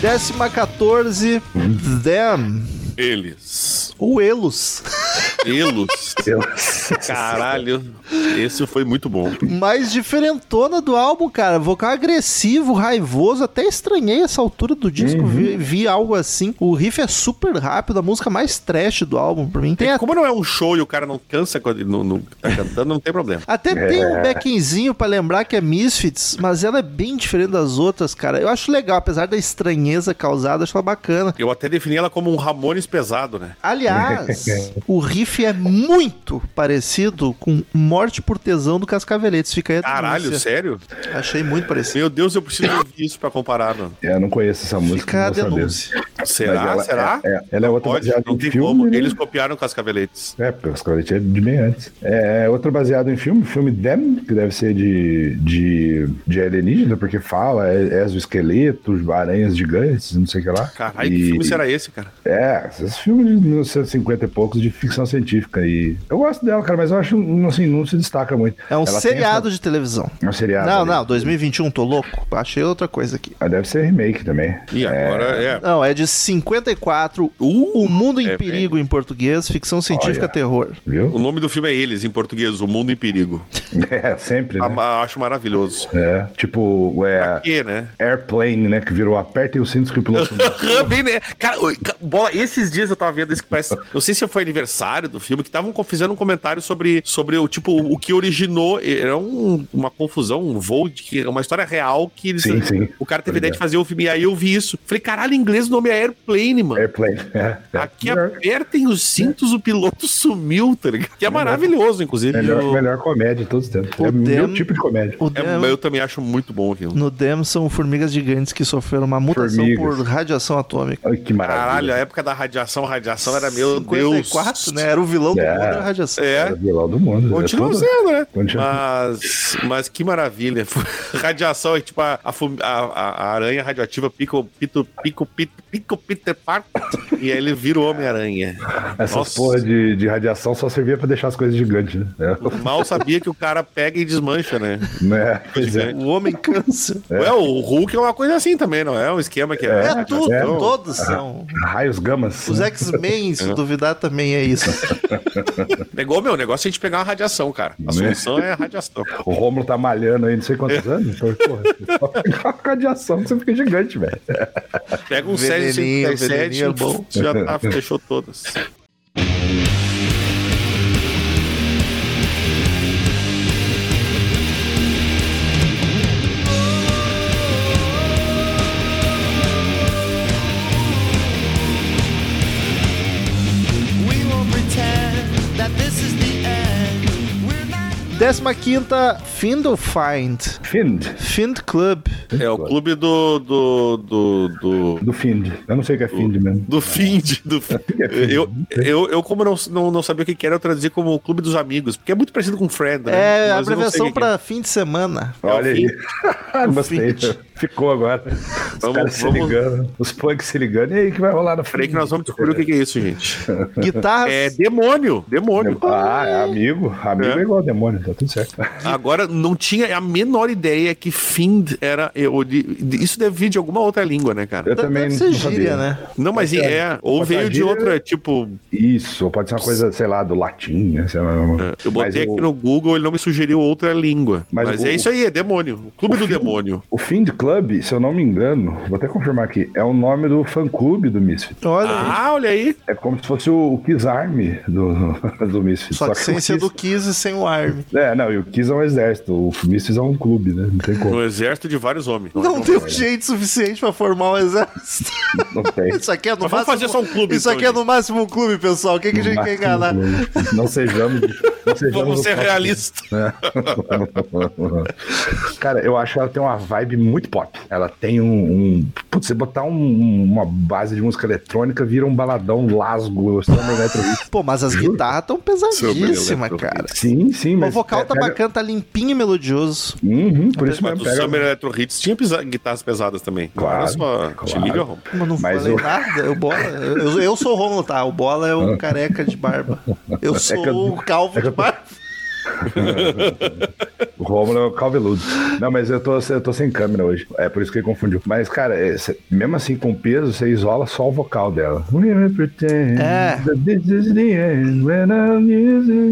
[SPEAKER 2] Décima 14,
[SPEAKER 4] Uhum.
[SPEAKER 2] Them,
[SPEAKER 3] Eles.
[SPEAKER 2] ou Elos.
[SPEAKER 3] Elos.
[SPEAKER 4] Deus.
[SPEAKER 3] Caralho. Esse foi muito bom.
[SPEAKER 2] Mais diferentona do álbum, cara. Vocal agressivo, raivoso. Até estranhei essa altura do disco.
[SPEAKER 4] Uhum.
[SPEAKER 2] Vi, vi algo assim. O riff é super rápido, a música mais trash do álbum pra mim. Tem a-
[SPEAKER 3] Como não é um show e o cara não cansa quando ele não, não tá cantando, não tem problema.
[SPEAKER 2] até
[SPEAKER 4] É.
[SPEAKER 2] tem um backingzinho pra lembrar que é Misfits, mas ela é bem diferente das outras, cara. Eu acho legal, apesar da estranheza causada, acho ela bacana.
[SPEAKER 3] Eu até defini ela como um Ramones pesado, né?
[SPEAKER 2] Aliás, o riff é muito parecido com Morte por Tesão do Cascaveletes. Fica aí a
[SPEAKER 3] Caralho,
[SPEAKER 2] denúncia.
[SPEAKER 3] sério?
[SPEAKER 2] Achei muito parecido.
[SPEAKER 3] Meu Deus, eu preciso ouvir isso pra comparar, mano.
[SPEAKER 4] É, Eu não conheço essa música.
[SPEAKER 2] Fica a
[SPEAKER 4] não vou saber.
[SPEAKER 2] denúncia.
[SPEAKER 3] Será?
[SPEAKER 4] Mas
[SPEAKER 3] Será?
[SPEAKER 4] ela- é- é- ela é outra
[SPEAKER 3] Pode,
[SPEAKER 4] baseada
[SPEAKER 3] não
[SPEAKER 4] em
[SPEAKER 3] tem
[SPEAKER 4] filme,
[SPEAKER 3] como.
[SPEAKER 4] né?
[SPEAKER 3] Eles copiaram Cascaveletes.
[SPEAKER 4] É, porque os caras tinham de bem antes. É, outro baseado em filme, filme Them, que deve ser de, de, de alienígena, porque fala, é, exoesqueletos, aranhas gigantes, não sei o que lá.
[SPEAKER 3] Caralho,
[SPEAKER 4] E-
[SPEAKER 3] que filme será esse, cara?
[SPEAKER 4] É, esses filmes de 1950 e poucos de ficção científica. E eu gosto dela, cara, mas eu acho, assim, não se destaca muito.
[SPEAKER 2] É um
[SPEAKER 4] Ela tem
[SPEAKER 2] seriado de televisão.
[SPEAKER 4] essa- É um seriado.
[SPEAKER 2] Não,
[SPEAKER 4] né?
[SPEAKER 2] não, 2021, tô louco. Achei outra coisa aqui.
[SPEAKER 4] Ah, Deve ser remake também.
[SPEAKER 3] E agora é.
[SPEAKER 2] Não, é de 54. uh, o Mundo em
[SPEAKER 3] é
[SPEAKER 2] Perigo em português, ficção científica,
[SPEAKER 4] Olha.
[SPEAKER 2] terror.
[SPEAKER 3] O
[SPEAKER 4] Viu?
[SPEAKER 3] nome do filme é Eles, em português, O Mundo em Perigo.
[SPEAKER 4] É, sempre, né?
[SPEAKER 3] Ah, Acho maravilhoso.
[SPEAKER 4] É, tipo,
[SPEAKER 3] Pra
[SPEAKER 4] é,
[SPEAKER 3] quê, né?
[SPEAKER 4] Airplane, né? Que virou aperta e o cinto que o piloto... Uhum.
[SPEAKER 3] Bem, né? Cara, oi, ca- bola, esses dias eu tava vendo isso que parece. Não sei se foi aniversário do filme, que estavam co- fazendo um comentário sobre, sobre o tipo, o que originou. Era um- uma confusão, um voo, de, que- uma história real que eles-
[SPEAKER 4] Sim, sim.
[SPEAKER 3] o cara teve a ideia de fazer o filme. E aí eu vi isso. Falei, caralho, em inglês o nome é Airplane, mano.
[SPEAKER 4] Airplane. É, é.
[SPEAKER 3] Aqui
[SPEAKER 4] melhor,
[SPEAKER 3] apertem os cintos, o piloto sumiu, tá ligado? Que é maravilhoso, inclusive.
[SPEAKER 4] melhor,
[SPEAKER 3] Eu-
[SPEAKER 4] melhor comédia de todos os tempos. É o
[SPEAKER 2] Podemos-
[SPEAKER 4] meu tipo de comédia.
[SPEAKER 2] O
[SPEAKER 3] é,
[SPEAKER 2] Dem-
[SPEAKER 3] eu também acho muito bom aquilo.
[SPEAKER 2] no Dem são formigas gigantes que sofreram uma mutação
[SPEAKER 4] Formigas.
[SPEAKER 2] por radiação atômica.
[SPEAKER 4] Ai, que
[SPEAKER 3] Caralho,
[SPEAKER 4] maravilha.
[SPEAKER 3] a época da radiação, radiação era meu Deus.
[SPEAKER 2] né? Era o vilão do
[SPEAKER 4] É.
[SPEAKER 2] mundo, era a radiação.
[SPEAKER 3] É.
[SPEAKER 4] Era o vilão do mundo.
[SPEAKER 3] Continua
[SPEAKER 4] é
[SPEAKER 3] sendo, né?
[SPEAKER 4] Continua.
[SPEAKER 3] Mas, mas que maravilha. Radiação é tipo a, a, fum- a- a- a aranha radioativa pica o pito, pico, pito, pico Peter Parker e aí ele vira o Homem-Aranha.
[SPEAKER 4] Essas
[SPEAKER 3] Nossa.
[SPEAKER 4] porra de, de radiação só servia pra deixar as coisas gigantes, né?
[SPEAKER 3] Mal sabia que o cara pega e desmancha, né?
[SPEAKER 4] É, né? Pois é.
[SPEAKER 2] O homem câncer.
[SPEAKER 3] Ué, o Hulk é uma coisa assim também, não é? É um esquema que é.
[SPEAKER 2] É,
[SPEAKER 3] Então,
[SPEAKER 2] tudo, todos são.
[SPEAKER 4] Raios gamas. né?
[SPEAKER 2] Os X-Men, se duvidar, também é isso.
[SPEAKER 3] Negou meu o negócio é a gente pegar uma radiação, cara.
[SPEAKER 4] Né?
[SPEAKER 3] A solução é a radiação.
[SPEAKER 4] O Rômulo tá malhando aí não sei
[SPEAKER 3] É.
[SPEAKER 4] quantos anos. Então, porra, só pegar uma radiação que você fica gigante, velho.
[SPEAKER 3] Pega um
[SPEAKER 2] Veneninho,
[SPEAKER 3] 757
[SPEAKER 2] veneninho é bom.
[SPEAKER 3] já tá, fechou todas.
[SPEAKER 1] We won't pretend that this is the end. We're not.
[SPEAKER 2] Décima quinta, Findle Find.
[SPEAKER 4] Find.
[SPEAKER 2] Find Club.
[SPEAKER 3] É o clube do. do. do. do...
[SPEAKER 4] Do Find. Eu não sei o que é Find mesmo.
[SPEAKER 3] Do Find, do eu, eu, eu, como não, não, não sabia o que que era, eu traduzi como Clube dos Amigos, porque é muito parecido com Friend, né?
[SPEAKER 2] É a
[SPEAKER 3] Mas eu não sei
[SPEAKER 2] abreviação
[SPEAKER 3] o que que é.
[SPEAKER 2] pra fim de semana.
[SPEAKER 4] Olha aí. Gostei.
[SPEAKER 2] Find.
[SPEAKER 4] Ficou agora. os
[SPEAKER 3] Vamos-
[SPEAKER 4] caras se
[SPEAKER 3] vamos-
[SPEAKER 4] ligando. Os punks se ligando. E aí, o que vai rolar no
[SPEAKER 3] Peraí que nós vamos descobrir o que que é isso, gente.
[SPEAKER 2] Guitarras.
[SPEAKER 3] É demônio, demônio.
[SPEAKER 4] Ah, é amigo. Amigo é,
[SPEAKER 3] É.
[SPEAKER 4] igual demônio, tá tudo certo.
[SPEAKER 3] Agora, não tinha a menor ideia que Find era... eu- isso deve vir de alguma outra língua, né, cara?
[SPEAKER 4] Eu também
[SPEAKER 2] Deve
[SPEAKER 4] não
[SPEAKER 2] ser
[SPEAKER 4] sabia.
[SPEAKER 2] Tá gíria, né?
[SPEAKER 3] Não, mas é... ou
[SPEAKER 4] Mas a
[SPEAKER 3] veio de
[SPEAKER 4] gíria-
[SPEAKER 3] outra, tipo...
[SPEAKER 4] Isso, pode ser uma coisa, sei lá, do latim, né? Sei lá, uma-
[SPEAKER 3] É, Eu
[SPEAKER 4] Mas
[SPEAKER 3] botei
[SPEAKER 4] o-
[SPEAKER 3] aqui no Google, ele não me sugeriu outra língua.
[SPEAKER 4] Mas
[SPEAKER 3] Mas,
[SPEAKER 4] o-
[SPEAKER 3] é isso aí, é demônio. O Clube do Demônio.
[SPEAKER 4] O Find Club, se eu não me engano, vou até confirmar aqui, é o nome do fã-clube do Misfit.
[SPEAKER 2] Olha,
[SPEAKER 3] Ah, olha aí.
[SPEAKER 4] É como se fosse o, o Kiss Army do, do Misfits.
[SPEAKER 2] só que
[SPEAKER 4] o
[SPEAKER 2] sem ser do
[SPEAKER 4] Kiss-
[SPEAKER 2] Kiss e sem o Arm.
[SPEAKER 4] É, não, e o Kiss é um exército, o Misfits é um clube, né? Não tem como.
[SPEAKER 3] No exército de vários homens.
[SPEAKER 2] Não deu jeito suficiente pra formar um exército.
[SPEAKER 4] Não tem.
[SPEAKER 2] Isso aqui é no
[SPEAKER 3] Mas
[SPEAKER 2] máximo.
[SPEAKER 3] vamos fazer só um clube,
[SPEAKER 2] Isso
[SPEAKER 3] então,
[SPEAKER 2] aqui é
[SPEAKER 3] gente.
[SPEAKER 2] no máximo um clube, pessoal. O que, que a gente quer enganar?
[SPEAKER 4] né? Não sejamos. Não sejamos
[SPEAKER 3] Vamos
[SPEAKER 4] o
[SPEAKER 3] ser
[SPEAKER 4] Pop.
[SPEAKER 3] realistas.
[SPEAKER 4] Cara, eu acho que ela tem uma vibe muito pop. Ela tem um. um putz, você botar um- uma base de música eletrônica, vira um baladão lasgo, samba eletro.
[SPEAKER 2] Pô, mas as guitarras tão pesadíssimas, cara.
[SPEAKER 4] Sim, sim,
[SPEAKER 2] O
[SPEAKER 4] mas.
[SPEAKER 2] vocal tá
[SPEAKER 4] pega-
[SPEAKER 2] bacana, tá limpinho e melodioso.
[SPEAKER 4] Uhum, por isso
[SPEAKER 3] Mas
[SPEAKER 4] mesmo.
[SPEAKER 3] o
[SPEAKER 4] Pega...
[SPEAKER 3] Summer Electro Hits tinha pisa- guitarras pesadas também.
[SPEAKER 4] Claro,
[SPEAKER 3] Olha só,
[SPEAKER 4] claro.
[SPEAKER 3] te liga, Rom.
[SPEAKER 2] Mas não
[SPEAKER 4] Mas
[SPEAKER 2] falei
[SPEAKER 4] o-
[SPEAKER 2] nada. O Bola, eu, eu sou o Romulo, tá? O Bola é um careca de barba. Eu
[SPEAKER 4] que eu-
[SPEAKER 2] sou o calvo
[SPEAKER 4] é que
[SPEAKER 2] de
[SPEAKER 4] eu tô-
[SPEAKER 2] barba.
[SPEAKER 4] O Rômulo é o calveludo. Não, mas eu tô, eu tô sem câmera hoje. É por isso que ele confundiu. Mas, cara, é, cê- mesmo assim, com peso, você isola só o vocal dela.
[SPEAKER 2] É.
[SPEAKER 4] É.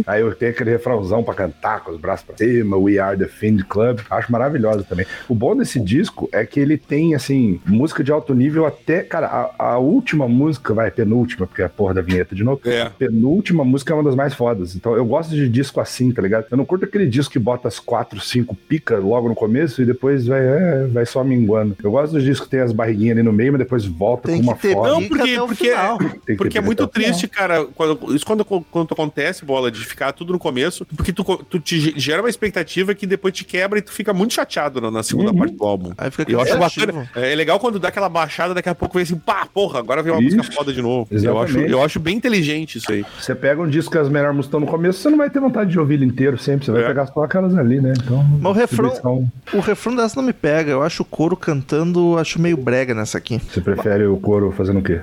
[SPEAKER 4] Aí eu tenho aquele refrãozão pra cantar com os braços pra cima, We Are The Fiend Club. Acho maravilhosa também. O bom desse disco é que ele tem, assim, música de alto nível até, cara, a, a última música, vai, penúltima, porque é a porra da vinheta de novo.
[SPEAKER 3] É.
[SPEAKER 4] A penúltima música é uma das mais fodas. Então eu gosto de disco assim, tá ligado? Eu não curto aquele disco que bota as quatro, cinco pica logo no começo e depois vai, é, vai só minguando. Eu gosto dos discos que tem as barriguinhas ali no meio, mas depois volta
[SPEAKER 2] Tem
[SPEAKER 4] com uma
[SPEAKER 2] que ter
[SPEAKER 4] foda.
[SPEAKER 3] Não,
[SPEAKER 2] Fica
[SPEAKER 3] porque,
[SPEAKER 2] até o
[SPEAKER 3] porque,
[SPEAKER 2] final.
[SPEAKER 4] que
[SPEAKER 3] porque
[SPEAKER 4] ter tá?
[SPEAKER 3] é muito
[SPEAKER 4] até o final.
[SPEAKER 3] triste, cara. quando- isso quando, quando acontece, bola, de ficar tudo no começo, porque tu, co- tu te ge- gera uma expectativa que depois te quebra e tu fica muito chateado na, na
[SPEAKER 4] Uhum.
[SPEAKER 3] segunda parte do álbum.
[SPEAKER 2] Aí fica
[SPEAKER 3] Eu acho
[SPEAKER 2] cansativo.
[SPEAKER 3] bacana. É legal quando dá aquela baixada, daqui a pouco vem assim, pá, porra, agora vem uma
[SPEAKER 4] Isso.
[SPEAKER 3] música foda de novo. Eu
[SPEAKER 4] Exatamente.
[SPEAKER 3] acho, eu acho bem inteligente isso aí.
[SPEAKER 4] Você pega um disco que as melhores músicas estão no começo, você não vai ter vontade de ouvir ele inteiro sempre, você vai
[SPEAKER 3] É.
[SPEAKER 4] pegar só aquelas ali, né? Então,
[SPEAKER 2] Mas o refrão-
[SPEAKER 4] você são-
[SPEAKER 2] O refrão dessa não me pega. Eu acho o couro cantando, acho meio brega nessa aqui.
[SPEAKER 4] Você prefere o coro fazendo o quê?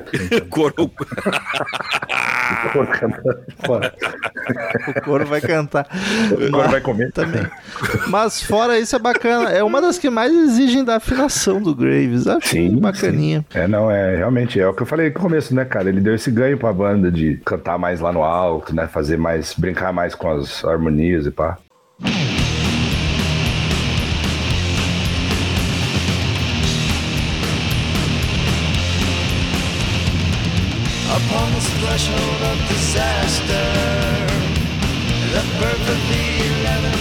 [SPEAKER 3] Coro-
[SPEAKER 4] O coro cantando. Fora.
[SPEAKER 2] O couro vai cantar.
[SPEAKER 4] O coro vai comer.
[SPEAKER 2] Também. Mas fora isso é bacana. É uma das que mais exigem da afinação do Graves. Acho
[SPEAKER 4] Sim,
[SPEAKER 2] bacaninha.
[SPEAKER 4] É, não, é realmente, é o que eu falei no começo, né, cara? Ele deu esse ganho pra banda de cantar mais lá no alto, né? Fazer mais, brincar mais com as harmonias e pá.
[SPEAKER 1] upon this threshold of disaster. The perfectly level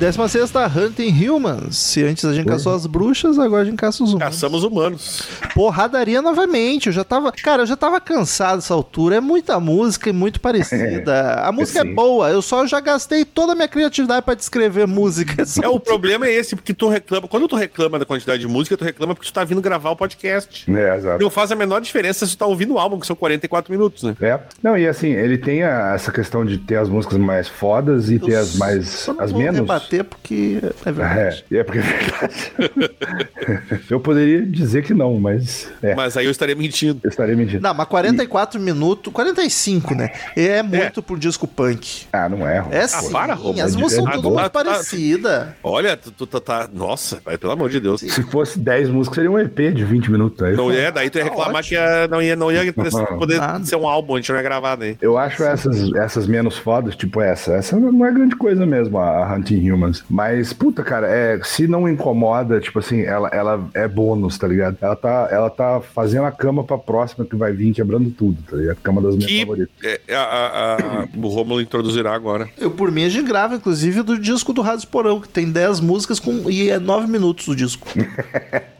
[SPEAKER 2] Décima sexta, Hunting Humans. Se antes a gente caçou as bruxas, agora a gente caça os humanos.
[SPEAKER 3] Caçamos humanos.
[SPEAKER 2] Porradaria novamente. Eu já tava. Cara, eu já tava cansado dessa altura. É muita música e muito parecida. A música é
[SPEAKER 4] Sim.
[SPEAKER 2] boa. Eu só já gastei toda a minha criatividade pra descrever música.
[SPEAKER 3] É, o problema é esse, porque tu reclama. Quando tu reclama da quantidade de música, tu reclama porque tu tá vindo gravar o podcast.
[SPEAKER 4] É, exato.
[SPEAKER 3] Não faz a menor diferença se tu tá ouvindo o álbum, que são 44 minutos, né?
[SPEAKER 4] É. Não, e assim, ele tem a- essa questão de ter as músicas mais fodas e ter é as mais.
[SPEAKER 2] Só não
[SPEAKER 4] as
[SPEAKER 2] vou
[SPEAKER 4] menos.
[SPEAKER 2] rebater porque é
[SPEAKER 4] É,
[SPEAKER 2] verdade.
[SPEAKER 4] e é porque é verdade. eu poderia dizer que não, mas. É,
[SPEAKER 3] Mas aí eu estaria mentindo.
[SPEAKER 4] eu estaria mentindo.
[SPEAKER 2] Não, mas 44 minutos, 45, né? É muito pro disco punk.
[SPEAKER 4] Ah, não é. Rô.
[SPEAKER 2] É sim.
[SPEAKER 3] para, Romulo.
[SPEAKER 2] as músicas são
[SPEAKER 3] Ah,
[SPEAKER 2] tudo
[SPEAKER 3] tá,
[SPEAKER 2] muito
[SPEAKER 3] tá.
[SPEAKER 2] parecida.
[SPEAKER 3] Olha, tu, tu tá, tá- Nossa, vai, pelo amor de Deus.
[SPEAKER 4] Se fosse 10 músicas, seria um EP de 20 minutos. Aí
[SPEAKER 3] Não é, daí tu ia reclamar que ia- não ia, não ia poder
[SPEAKER 2] Nada.
[SPEAKER 3] ser um álbum, a gente não ia gravar, né?
[SPEAKER 4] Eu acho essas, essas menos fodas, tipo essa. Essa não é grande coisa mesmo, a a Hunting Humans. Mas, puta, cara, é, se não incomoda, tipo assim, ela, ela é bônus, tá ligado? Ela tá, ela tá fazendo a cama pra próxima que vai vir quebrando tudo, tá ligado? Cama das minhas
[SPEAKER 3] Que
[SPEAKER 4] favoritas.
[SPEAKER 3] é, a- a- a- o Romulo introduzirá agora.
[SPEAKER 2] Eu, por mim, a gente grava, inclusive, do disco do Rádio Porão, que tem 10 músicas com... e é 9 minutos o disco.
[SPEAKER 4] Hum.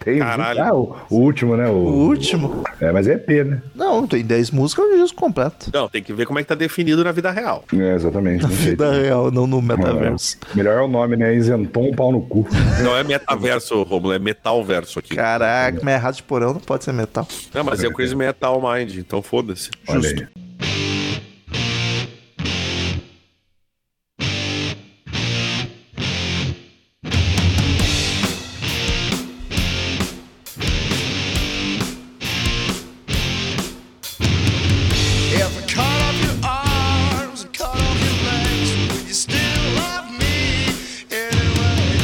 [SPEAKER 4] Tem
[SPEAKER 3] Caralho.
[SPEAKER 4] Ah, o, o último, né? O,
[SPEAKER 2] O último.
[SPEAKER 4] É, mas é EP, né?
[SPEAKER 2] Não, tem 10 músicas, é um disco completo.
[SPEAKER 3] Não, tem que ver como é que tá definido na vida real.
[SPEAKER 4] É, exatamente. não sei.
[SPEAKER 2] Vida real, não no metaverso.
[SPEAKER 4] Melhor é o nome, né? Isentou um pau no cu.
[SPEAKER 3] Não é metaverso, Romulo, é metalverso aqui.
[SPEAKER 2] Caraca, mas é Rádio Porão, não pode ser metal.
[SPEAKER 3] Não, mas é o Crazy Metal Mind, então foda-se.
[SPEAKER 4] Olha
[SPEAKER 2] Justo.
[SPEAKER 4] aí.
[SPEAKER 1] If I cut off your arms and cut off your legs, would you still love me anyway?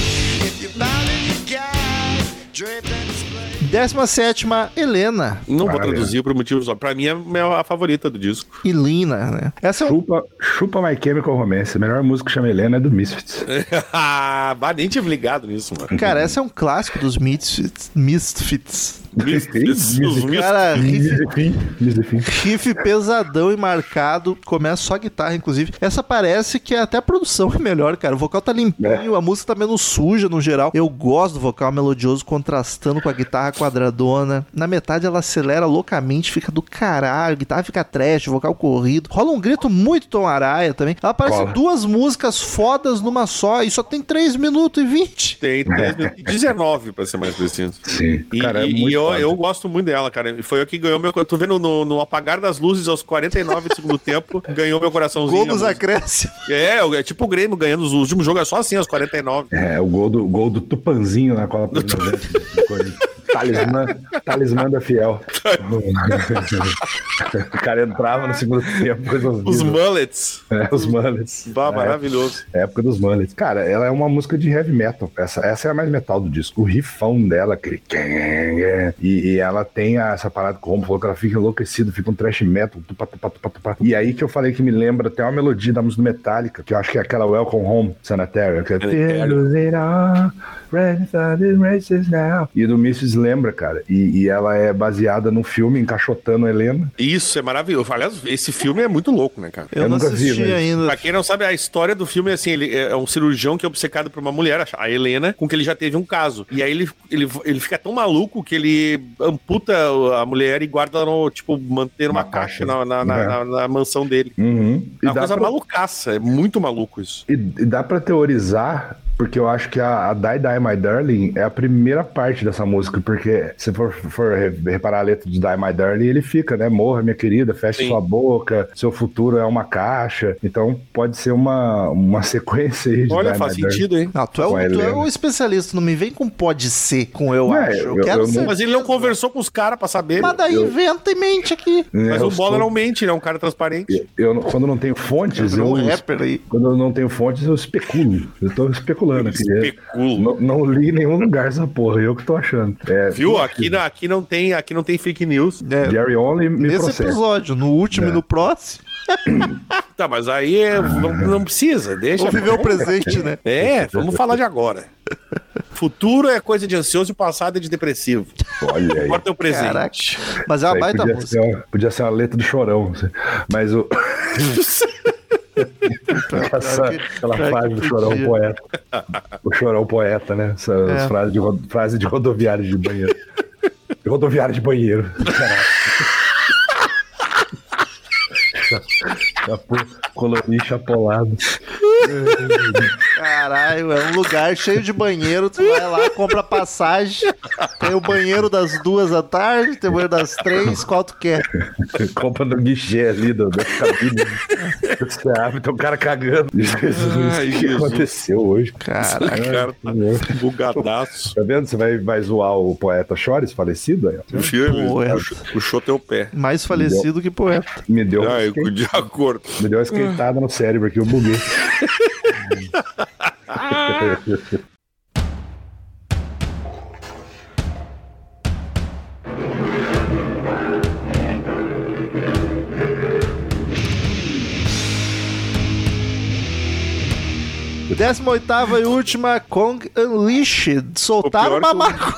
[SPEAKER 1] If you're bound in your gag, draped and displayed.
[SPEAKER 2] 17 Helena.
[SPEAKER 3] Não vou
[SPEAKER 4] Olha.
[SPEAKER 3] traduzir por motivos óbvios. Pra mim é a minha- a favorita do disco.
[SPEAKER 2] Ilina, né? Essa é o
[SPEAKER 4] Chupa, chupa My Chemical Romance. A melhor música que chama Helena é do Misfits.
[SPEAKER 3] bah, Ah, nem tive ligado nisso, mano.
[SPEAKER 2] Cara, essa é um clássico dos Misfits. Misfits.
[SPEAKER 3] Misfits, os Misfits.
[SPEAKER 2] Cara, riff,
[SPEAKER 4] Misfim, Misfim.
[SPEAKER 2] riff pesadão e marcado. Começa só a guitarra, inclusive. Essa parece que até a produção é melhor, cara. O vocal tá limpinho,
[SPEAKER 3] É.
[SPEAKER 2] a música tá menos suja no geral. Eu gosto do vocal melodioso contrastando com a guitarra quadradona. Na metade ela acelera loucamente, fica do caralho. A guitarra fica trash, vocal corrido. Rola um grito muito Tom Araya também. Ela parece
[SPEAKER 4] Rola.
[SPEAKER 2] duas músicas fodas numa só e só tem 3 minutos e 20.
[SPEAKER 3] Tem, tem 19, pra ser mais preciso.
[SPEAKER 4] Sim.
[SPEAKER 3] E,
[SPEAKER 4] Cara, é
[SPEAKER 3] e-
[SPEAKER 4] muito
[SPEAKER 3] e eu,
[SPEAKER 4] foda.
[SPEAKER 3] eu gosto muito dela, cara. E Foi eu que ganhou meu. Eu tô vendo no, no apagar das luzes aos 49 do segundo tempo, ganhou meu coraçãozinho.
[SPEAKER 2] Gol dos
[SPEAKER 3] a música.
[SPEAKER 2] acréscimos.
[SPEAKER 3] é, é tipo o Grêmio ganhando os últimos jogos, é só assim, aos 49.
[SPEAKER 4] É, o gol do, gol do Tupanzinho na Copa do Corinthians. Talismã, talismã da Fiel. o cara entrava no segundo tempo. resolvido.
[SPEAKER 3] Os mullets.
[SPEAKER 4] É, os mullets.
[SPEAKER 3] Bah,
[SPEAKER 4] É,
[SPEAKER 3] maravilhoso.
[SPEAKER 4] É a época dos Mullets. Cara, ela é uma música de heavy metal. Essa, essa é a mais metal do disco. O rifão dela, aquele. E, e ela tem a- essa parada com o Romo falou que ela fica enlouquecida, fica um thrash metal. Tupa, tupa, tupa, tupa. E aí que eu falei que me lembra até uma melodia da música do Metallica, que eu acho que é aquela Welcome Home Sanitary. Que é,
[SPEAKER 3] Sanitarium.
[SPEAKER 4] "Feels it all, red sun is racist now." E do Misfits lembra, cara. E, e ela é baseada num filme encaixotando a Helena.
[SPEAKER 3] Isso, é maravilhoso. Aliás, esse filme é muito louco, né, cara?
[SPEAKER 2] Eu,
[SPEAKER 4] Eu
[SPEAKER 2] não
[SPEAKER 4] nunca vi,
[SPEAKER 2] assisti
[SPEAKER 4] mas-
[SPEAKER 2] ainda.
[SPEAKER 3] Pra quem não sabe, a história do filme é assim: ele é um cirurgião que é obcecado por uma mulher, a Helena, com que ele já teve um caso. E aí ele, ele, ele fica tão maluco que ele amputa a mulher e guarda no, tipo, manter uma
[SPEAKER 4] Na
[SPEAKER 3] caixa na,
[SPEAKER 4] caixa.
[SPEAKER 3] na, na-
[SPEAKER 4] É.
[SPEAKER 3] na- na mansão dele.
[SPEAKER 4] Uhum.
[SPEAKER 3] É uma
[SPEAKER 4] dá
[SPEAKER 3] coisa
[SPEAKER 4] pra-
[SPEAKER 3] malucaça, é muito maluco isso.
[SPEAKER 4] E, e dá pra teorizar, porque eu acho que a, a Die Die My Darling é a primeira parte dessa música, porque se for, for re- reparar a letra de Die My Darling, ele fica, né? Morra, minha querida, feche
[SPEAKER 3] Sim.
[SPEAKER 4] sua boca, seu futuro é uma caixa. Então pode ser uma, uma sequência aí de
[SPEAKER 3] Olha,
[SPEAKER 4] Die
[SPEAKER 3] faz
[SPEAKER 4] My Darling.
[SPEAKER 3] sentido, hein?
[SPEAKER 2] Não, tu é, o,
[SPEAKER 4] Com a
[SPEAKER 2] tu é
[SPEAKER 4] Helena.
[SPEAKER 2] o especialista, não me vem com pode ser, com eu
[SPEAKER 4] Não,
[SPEAKER 2] acho. Eu,
[SPEAKER 4] né? É, eu-
[SPEAKER 2] quero
[SPEAKER 4] eu não-
[SPEAKER 2] ser.
[SPEAKER 3] Mas ele não conversou com os caras pra saber.
[SPEAKER 2] Mas daí inventa e mente aqui.
[SPEAKER 4] É,
[SPEAKER 3] Mas o
[SPEAKER 4] eu
[SPEAKER 3] Bola
[SPEAKER 4] sou-
[SPEAKER 3] não mente, ele é um cara transparente.
[SPEAKER 4] eu- Eu, não- quando não tenho fontes, eu,
[SPEAKER 2] Virou
[SPEAKER 3] é
[SPEAKER 2] um rapper aí.
[SPEAKER 4] quando eu não tenho fontes, eu especulo. Eu tô especulando aqui.
[SPEAKER 3] Especulo.
[SPEAKER 4] Não, não li em nenhum lugar essa porra, eu que tô achando. É,
[SPEAKER 3] Viu? Aqui, na- aqui, não tem, aqui não tem fake news.
[SPEAKER 2] É,
[SPEAKER 4] Jerry Only me
[SPEAKER 2] nesse
[SPEAKER 4] processa.
[SPEAKER 2] episódio, no último e
[SPEAKER 4] É.
[SPEAKER 2] no próximo,
[SPEAKER 3] Tá, mas aí é- não, não precisa, deixa.
[SPEAKER 2] vou viver o presente, né?
[SPEAKER 3] É, vamos falar de agora. Futuro é coisa de ansioso e passado é de depressivo.
[SPEAKER 4] Olha aí.
[SPEAKER 3] Importa é o presente.
[SPEAKER 2] Caraca. Mas é uma
[SPEAKER 4] Aí
[SPEAKER 2] baita
[SPEAKER 4] podia,
[SPEAKER 2] música.
[SPEAKER 4] ser uma, podia ser uma letra do chorão. assim. Mas o. Essa, aquela
[SPEAKER 2] pior
[SPEAKER 4] frase
[SPEAKER 2] que
[SPEAKER 4] do chorão
[SPEAKER 2] podia.
[SPEAKER 4] poeta. O chorão poeta, né? Essa
[SPEAKER 2] É.
[SPEAKER 4] frase, de, ro- frase de rodoviário de banheiro. rodoviário de banheiro. Caraca. Chapo, colorir chapolado.
[SPEAKER 2] Caralho, é um lugar cheio de banheiro. Tu vai lá, compra passagem. Tem o banheiro das duas da tarde, tem o banheiro das três, qual tu quer?
[SPEAKER 4] Compra no guichê ali do, da cabine. Você abre, tem um cara cagando. Jesus,
[SPEAKER 3] Ai,
[SPEAKER 4] o que
[SPEAKER 3] Jesus.
[SPEAKER 4] aconteceu hoje?
[SPEAKER 2] Cara,
[SPEAKER 3] O cara tá
[SPEAKER 4] Meu.
[SPEAKER 3] bugadaço.
[SPEAKER 4] Tá vendo? Você vai, vai zoar o poeta Chores, falecido? Aí, ó.
[SPEAKER 2] Poeta.
[SPEAKER 3] Puxou, puxou teu pé.
[SPEAKER 2] mais falecido que poeta.
[SPEAKER 4] Me deu, uma
[SPEAKER 3] Ai,
[SPEAKER 4] esquen-
[SPEAKER 3] de acordo.
[SPEAKER 4] me deu uma esquentada no cérebro aqui, eu buguei.
[SPEAKER 2] Décima oitava e última, Kong Unleashed. Soltaram
[SPEAKER 3] O pior que o-
[SPEAKER 2] uma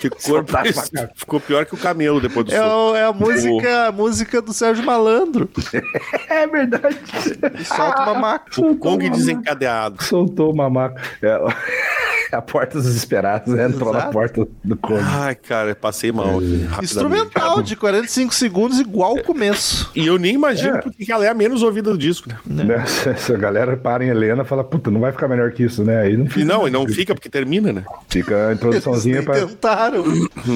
[SPEAKER 3] Que corpo é esse? Ficou pior que o camelo depois do
[SPEAKER 2] É,
[SPEAKER 3] soco.
[SPEAKER 2] o- é a música, a música do Sérgio Malandro.
[SPEAKER 4] É verdade.
[SPEAKER 2] Ele solta uma maca.
[SPEAKER 3] O Kong desencadeado.
[SPEAKER 4] Soltou o mamaco. É, a porta dos esperados né? entrou
[SPEAKER 2] Exato.
[SPEAKER 4] na porta
[SPEAKER 3] Ah,
[SPEAKER 4] do Conde.
[SPEAKER 3] Ai, cara, passei mal. aqui, rapidamente.
[SPEAKER 2] É. Ah, Instrumental de 45 segundos, igual o começo.
[SPEAKER 3] E eu nem imagino porque ela é a menos ouvida do disco. né?
[SPEAKER 4] Né? Se essa galera para em Helena e fala, puta, não vai ficar melhor que isso, né? Aí não
[SPEAKER 3] E
[SPEAKER 4] fica,
[SPEAKER 3] não, e não fica porque termina, né?
[SPEAKER 4] fica a introduçãozinha
[SPEAKER 2] Eles
[SPEAKER 4] pra,
[SPEAKER 2] tentaram.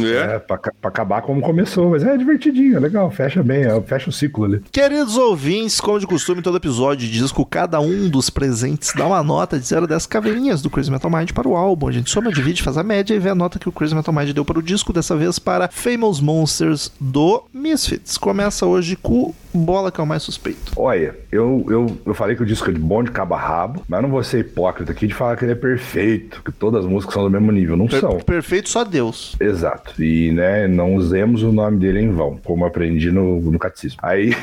[SPEAKER 3] É.
[SPEAKER 4] é, pra, ca- pra acabar como começou. Mas é divertidinho, é legal, fecha bem, é, fecha o ciclo ali.
[SPEAKER 2] Queridos ouvintes, como de costume, em todo episódio de disco, cada um dos presentes dá uma nota de 0 a 10 caveirinhas do Crazy Metal Mind para o álbum. A gente soma, divide, faz a média e vê a nota que o Chris Metal Mind deu para o disco, dessa vez para Famous Monsters do Misfits. Começa hoje com Bola, que é o mais suspeito.
[SPEAKER 4] Olha, eu, eu, eu falei que o disco é de bom de cabo a rabo, mas eu não vou ser hipócrita aqui de falar que ele é perfeito, que todas as músicas são do mesmo nível. Não
[SPEAKER 2] Per-
[SPEAKER 4] são.
[SPEAKER 2] perfeito só Deus.
[SPEAKER 4] Exato. E, né, não usemos o nome dele em vão, como aprendi no, no catecismo. Aí.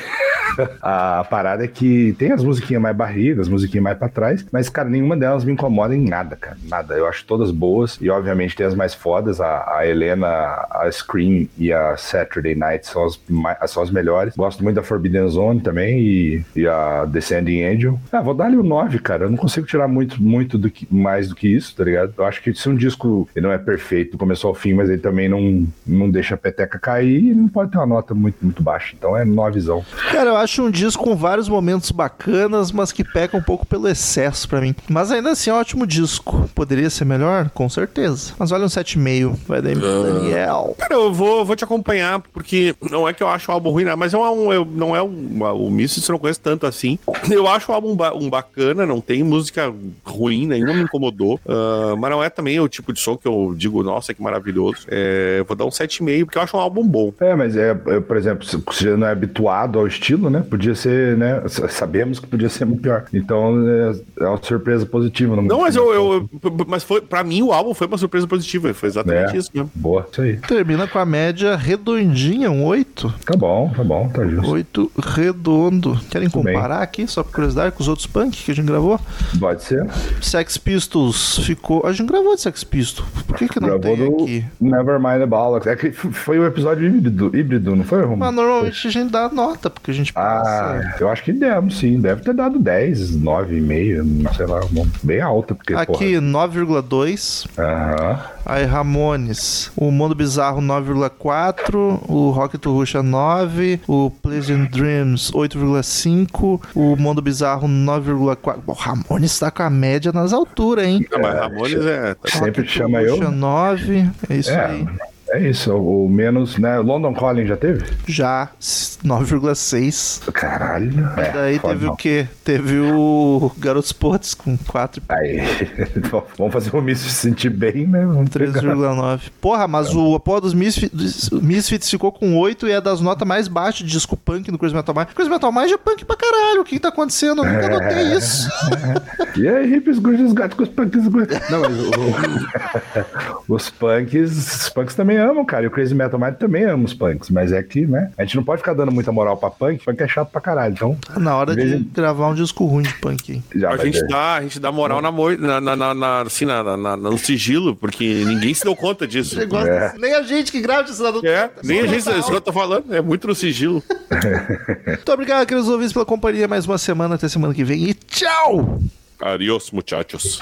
[SPEAKER 4] A parada é que tem as musiquinhas mais barridas, as musiquinhas mais pra trás, mas, cara, nenhuma delas me incomoda em nada, cara. Nada. Eu acho todas boas e, obviamente, tem as mais fodas. A, a Helena, a Scream e a Saturday Night são as, mai- são as melhores. Gosto muito da Forbidden Zone também e, e a Descending Angel. Ah, vou dar ali o 9, cara. Eu não consigo tirar muito, muito do que, mais do que isso, tá ligado? Eu acho que se um disco ele não é perfeito do começo ao fim, mas ele também não, não deixa a peteca cair, ele não pode ter uma nota muito, muito baixa. Então é 9zão.
[SPEAKER 2] Cara, eu acho um disco com vários momentos bacanas, mas que peca um pouco pelo excesso pra mim. Mas ainda assim, é um ótimo disco. Poderia ser melhor? Com certeza. Mas olha um 7,5. Vai daí, Daniel.
[SPEAKER 3] Cara, eu vou, vou te acompanhar, porque não é que eu acho o álbum ruim, né? mas é um, eu- não é um. O Misfits eu não conheço tanto assim. Eu acho o álbum ba- um bacana, não tem música ruim, nenhuma me incomodou. ah, mas não é também o tipo de som que eu digo, nossa, que maravilhoso. É, eu vou dar um 7,5, porque eu acho um álbum bom.
[SPEAKER 4] É, mas é, é, por exemplo, se você não é habituado ao estilo, né? Podia ser, né? s- Sabemos que podia ser muito pior. Então é, é uma surpresa positiva.
[SPEAKER 3] Não, mas eu. eu- mas foi, pra mim o álbum foi uma surpresa positiva. Foi exatamente
[SPEAKER 4] É.
[SPEAKER 3] isso mesmo.
[SPEAKER 4] Boa, isso aí.
[SPEAKER 2] Termina com a média redondinha, um 8.
[SPEAKER 4] Tá bom, tá bom, tá justo.
[SPEAKER 2] 8 redondo. Querem
[SPEAKER 4] bem.
[SPEAKER 2] comparar aqui, só por curiosidade, com os outros punk que a gente gravou?
[SPEAKER 4] Pode ser.
[SPEAKER 2] Sex Pistols ficou. A gente gravou de Sex Pistols. Por que, que não tem
[SPEAKER 4] Gravou do
[SPEAKER 2] aqui?
[SPEAKER 4] Nevermind the Bollocks. É que f- foi o episódio híbrido, híbrido não foi, Romulo?
[SPEAKER 2] Mas normalmente a gente dá nota, porque a gente
[SPEAKER 4] Ah,
[SPEAKER 2] passa.
[SPEAKER 4] eu acho que demos, sim. Deve ter dado 10, 9,5, sei lá, bom, bem alta, porque,
[SPEAKER 2] Aqui, 9,2.
[SPEAKER 4] porra. Aham.
[SPEAKER 2] Aí, Ramones. O Mundo Bizarro, 9,4. O Rocket to Russia, 9. O Pleasant Dreams, 8,5. O Mundo Bizarro, 9,4. Bom, Ramones tá com a média nas alturas, hein?
[SPEAKER 3] Ah, mas Ramones é. tá-
[SPEAKER 4] Sempre
[SPEAKER 2] Rocket to
[SPEAKER 4] chama eu,
[SPEAKER 2] Russia,
[SPEAKER 4] né?
[SPEAKER 2] 9. É isso aí.
[SPEAKER 4] É, é isso, o o menos, né? London Calling já teve?
[SPEAKER 2] Já, s- 9,6.
[SPEAKER 4] Caralho. É,
[SPEAKER 2] Daí
[SPEAKER 4] foda
[SPEAKER 2] teve
[SPEAKER 4] não.
[SPEAKER 2] o quê? Teve o Garotos Potes com 4
[SPEAKER 4] Aí, vamos fazer o Miss se sentir bem, né? Vamos pegar.
[SPEAKER 2] 3,9. Porra, mas o Apollo dos Misfits, dos Misfits ficou com 8 e é das notas mais baixas de disco punk no Crazy Metal Mind. Crazy Metal Mind é punk pra caralho. O que, que tá acontecendo? Eu
[SPEAKER 4] É.
[SPEAKER 2] nunca notei isso.
[SPEAKER 4] E aí, hippies, gurges, gatos, com os punks. gu- Não, mas o- os punks, os punks também amam, cara. E o Crazy Metal Mind também ama os punks. Mas é que, né? A gente não pode ficar dando muita moral pra punk. Punk é chato pra caralho. Então,
[SPEAKER 2] Na hora de
[SPEAKER 4] Veja-
[SPEAKER 2] gravar um disco ruim de punk, hein?
[SPEAKER 4] já
[SPEAKER 3] A
[SPEAKER 4] vai
[SPEAKER 3] gente,
[SPEAKER 4] ver.
[SPEAKER 3] dá, a gente dá moral na, mo- na, na, na- na- assim, na, na- na- no sigilo, porque ninguém se deu conta disso.
[SPEAKER 2] Você gosta-
[SPEAKER 4] É.
[SPEAKER 2] Nem a gente que grava de cidadão.
[SPEAKER 3] É, nem a gente, isso que eu tô falando, é muito no sigilo.
[SPEAKER 2] Muito obrigado, queridos ouvintes, pela companhia. Mais uma semana, até semana que vem. E tchau!
[SPEAKER 3] Adiós, muchachos.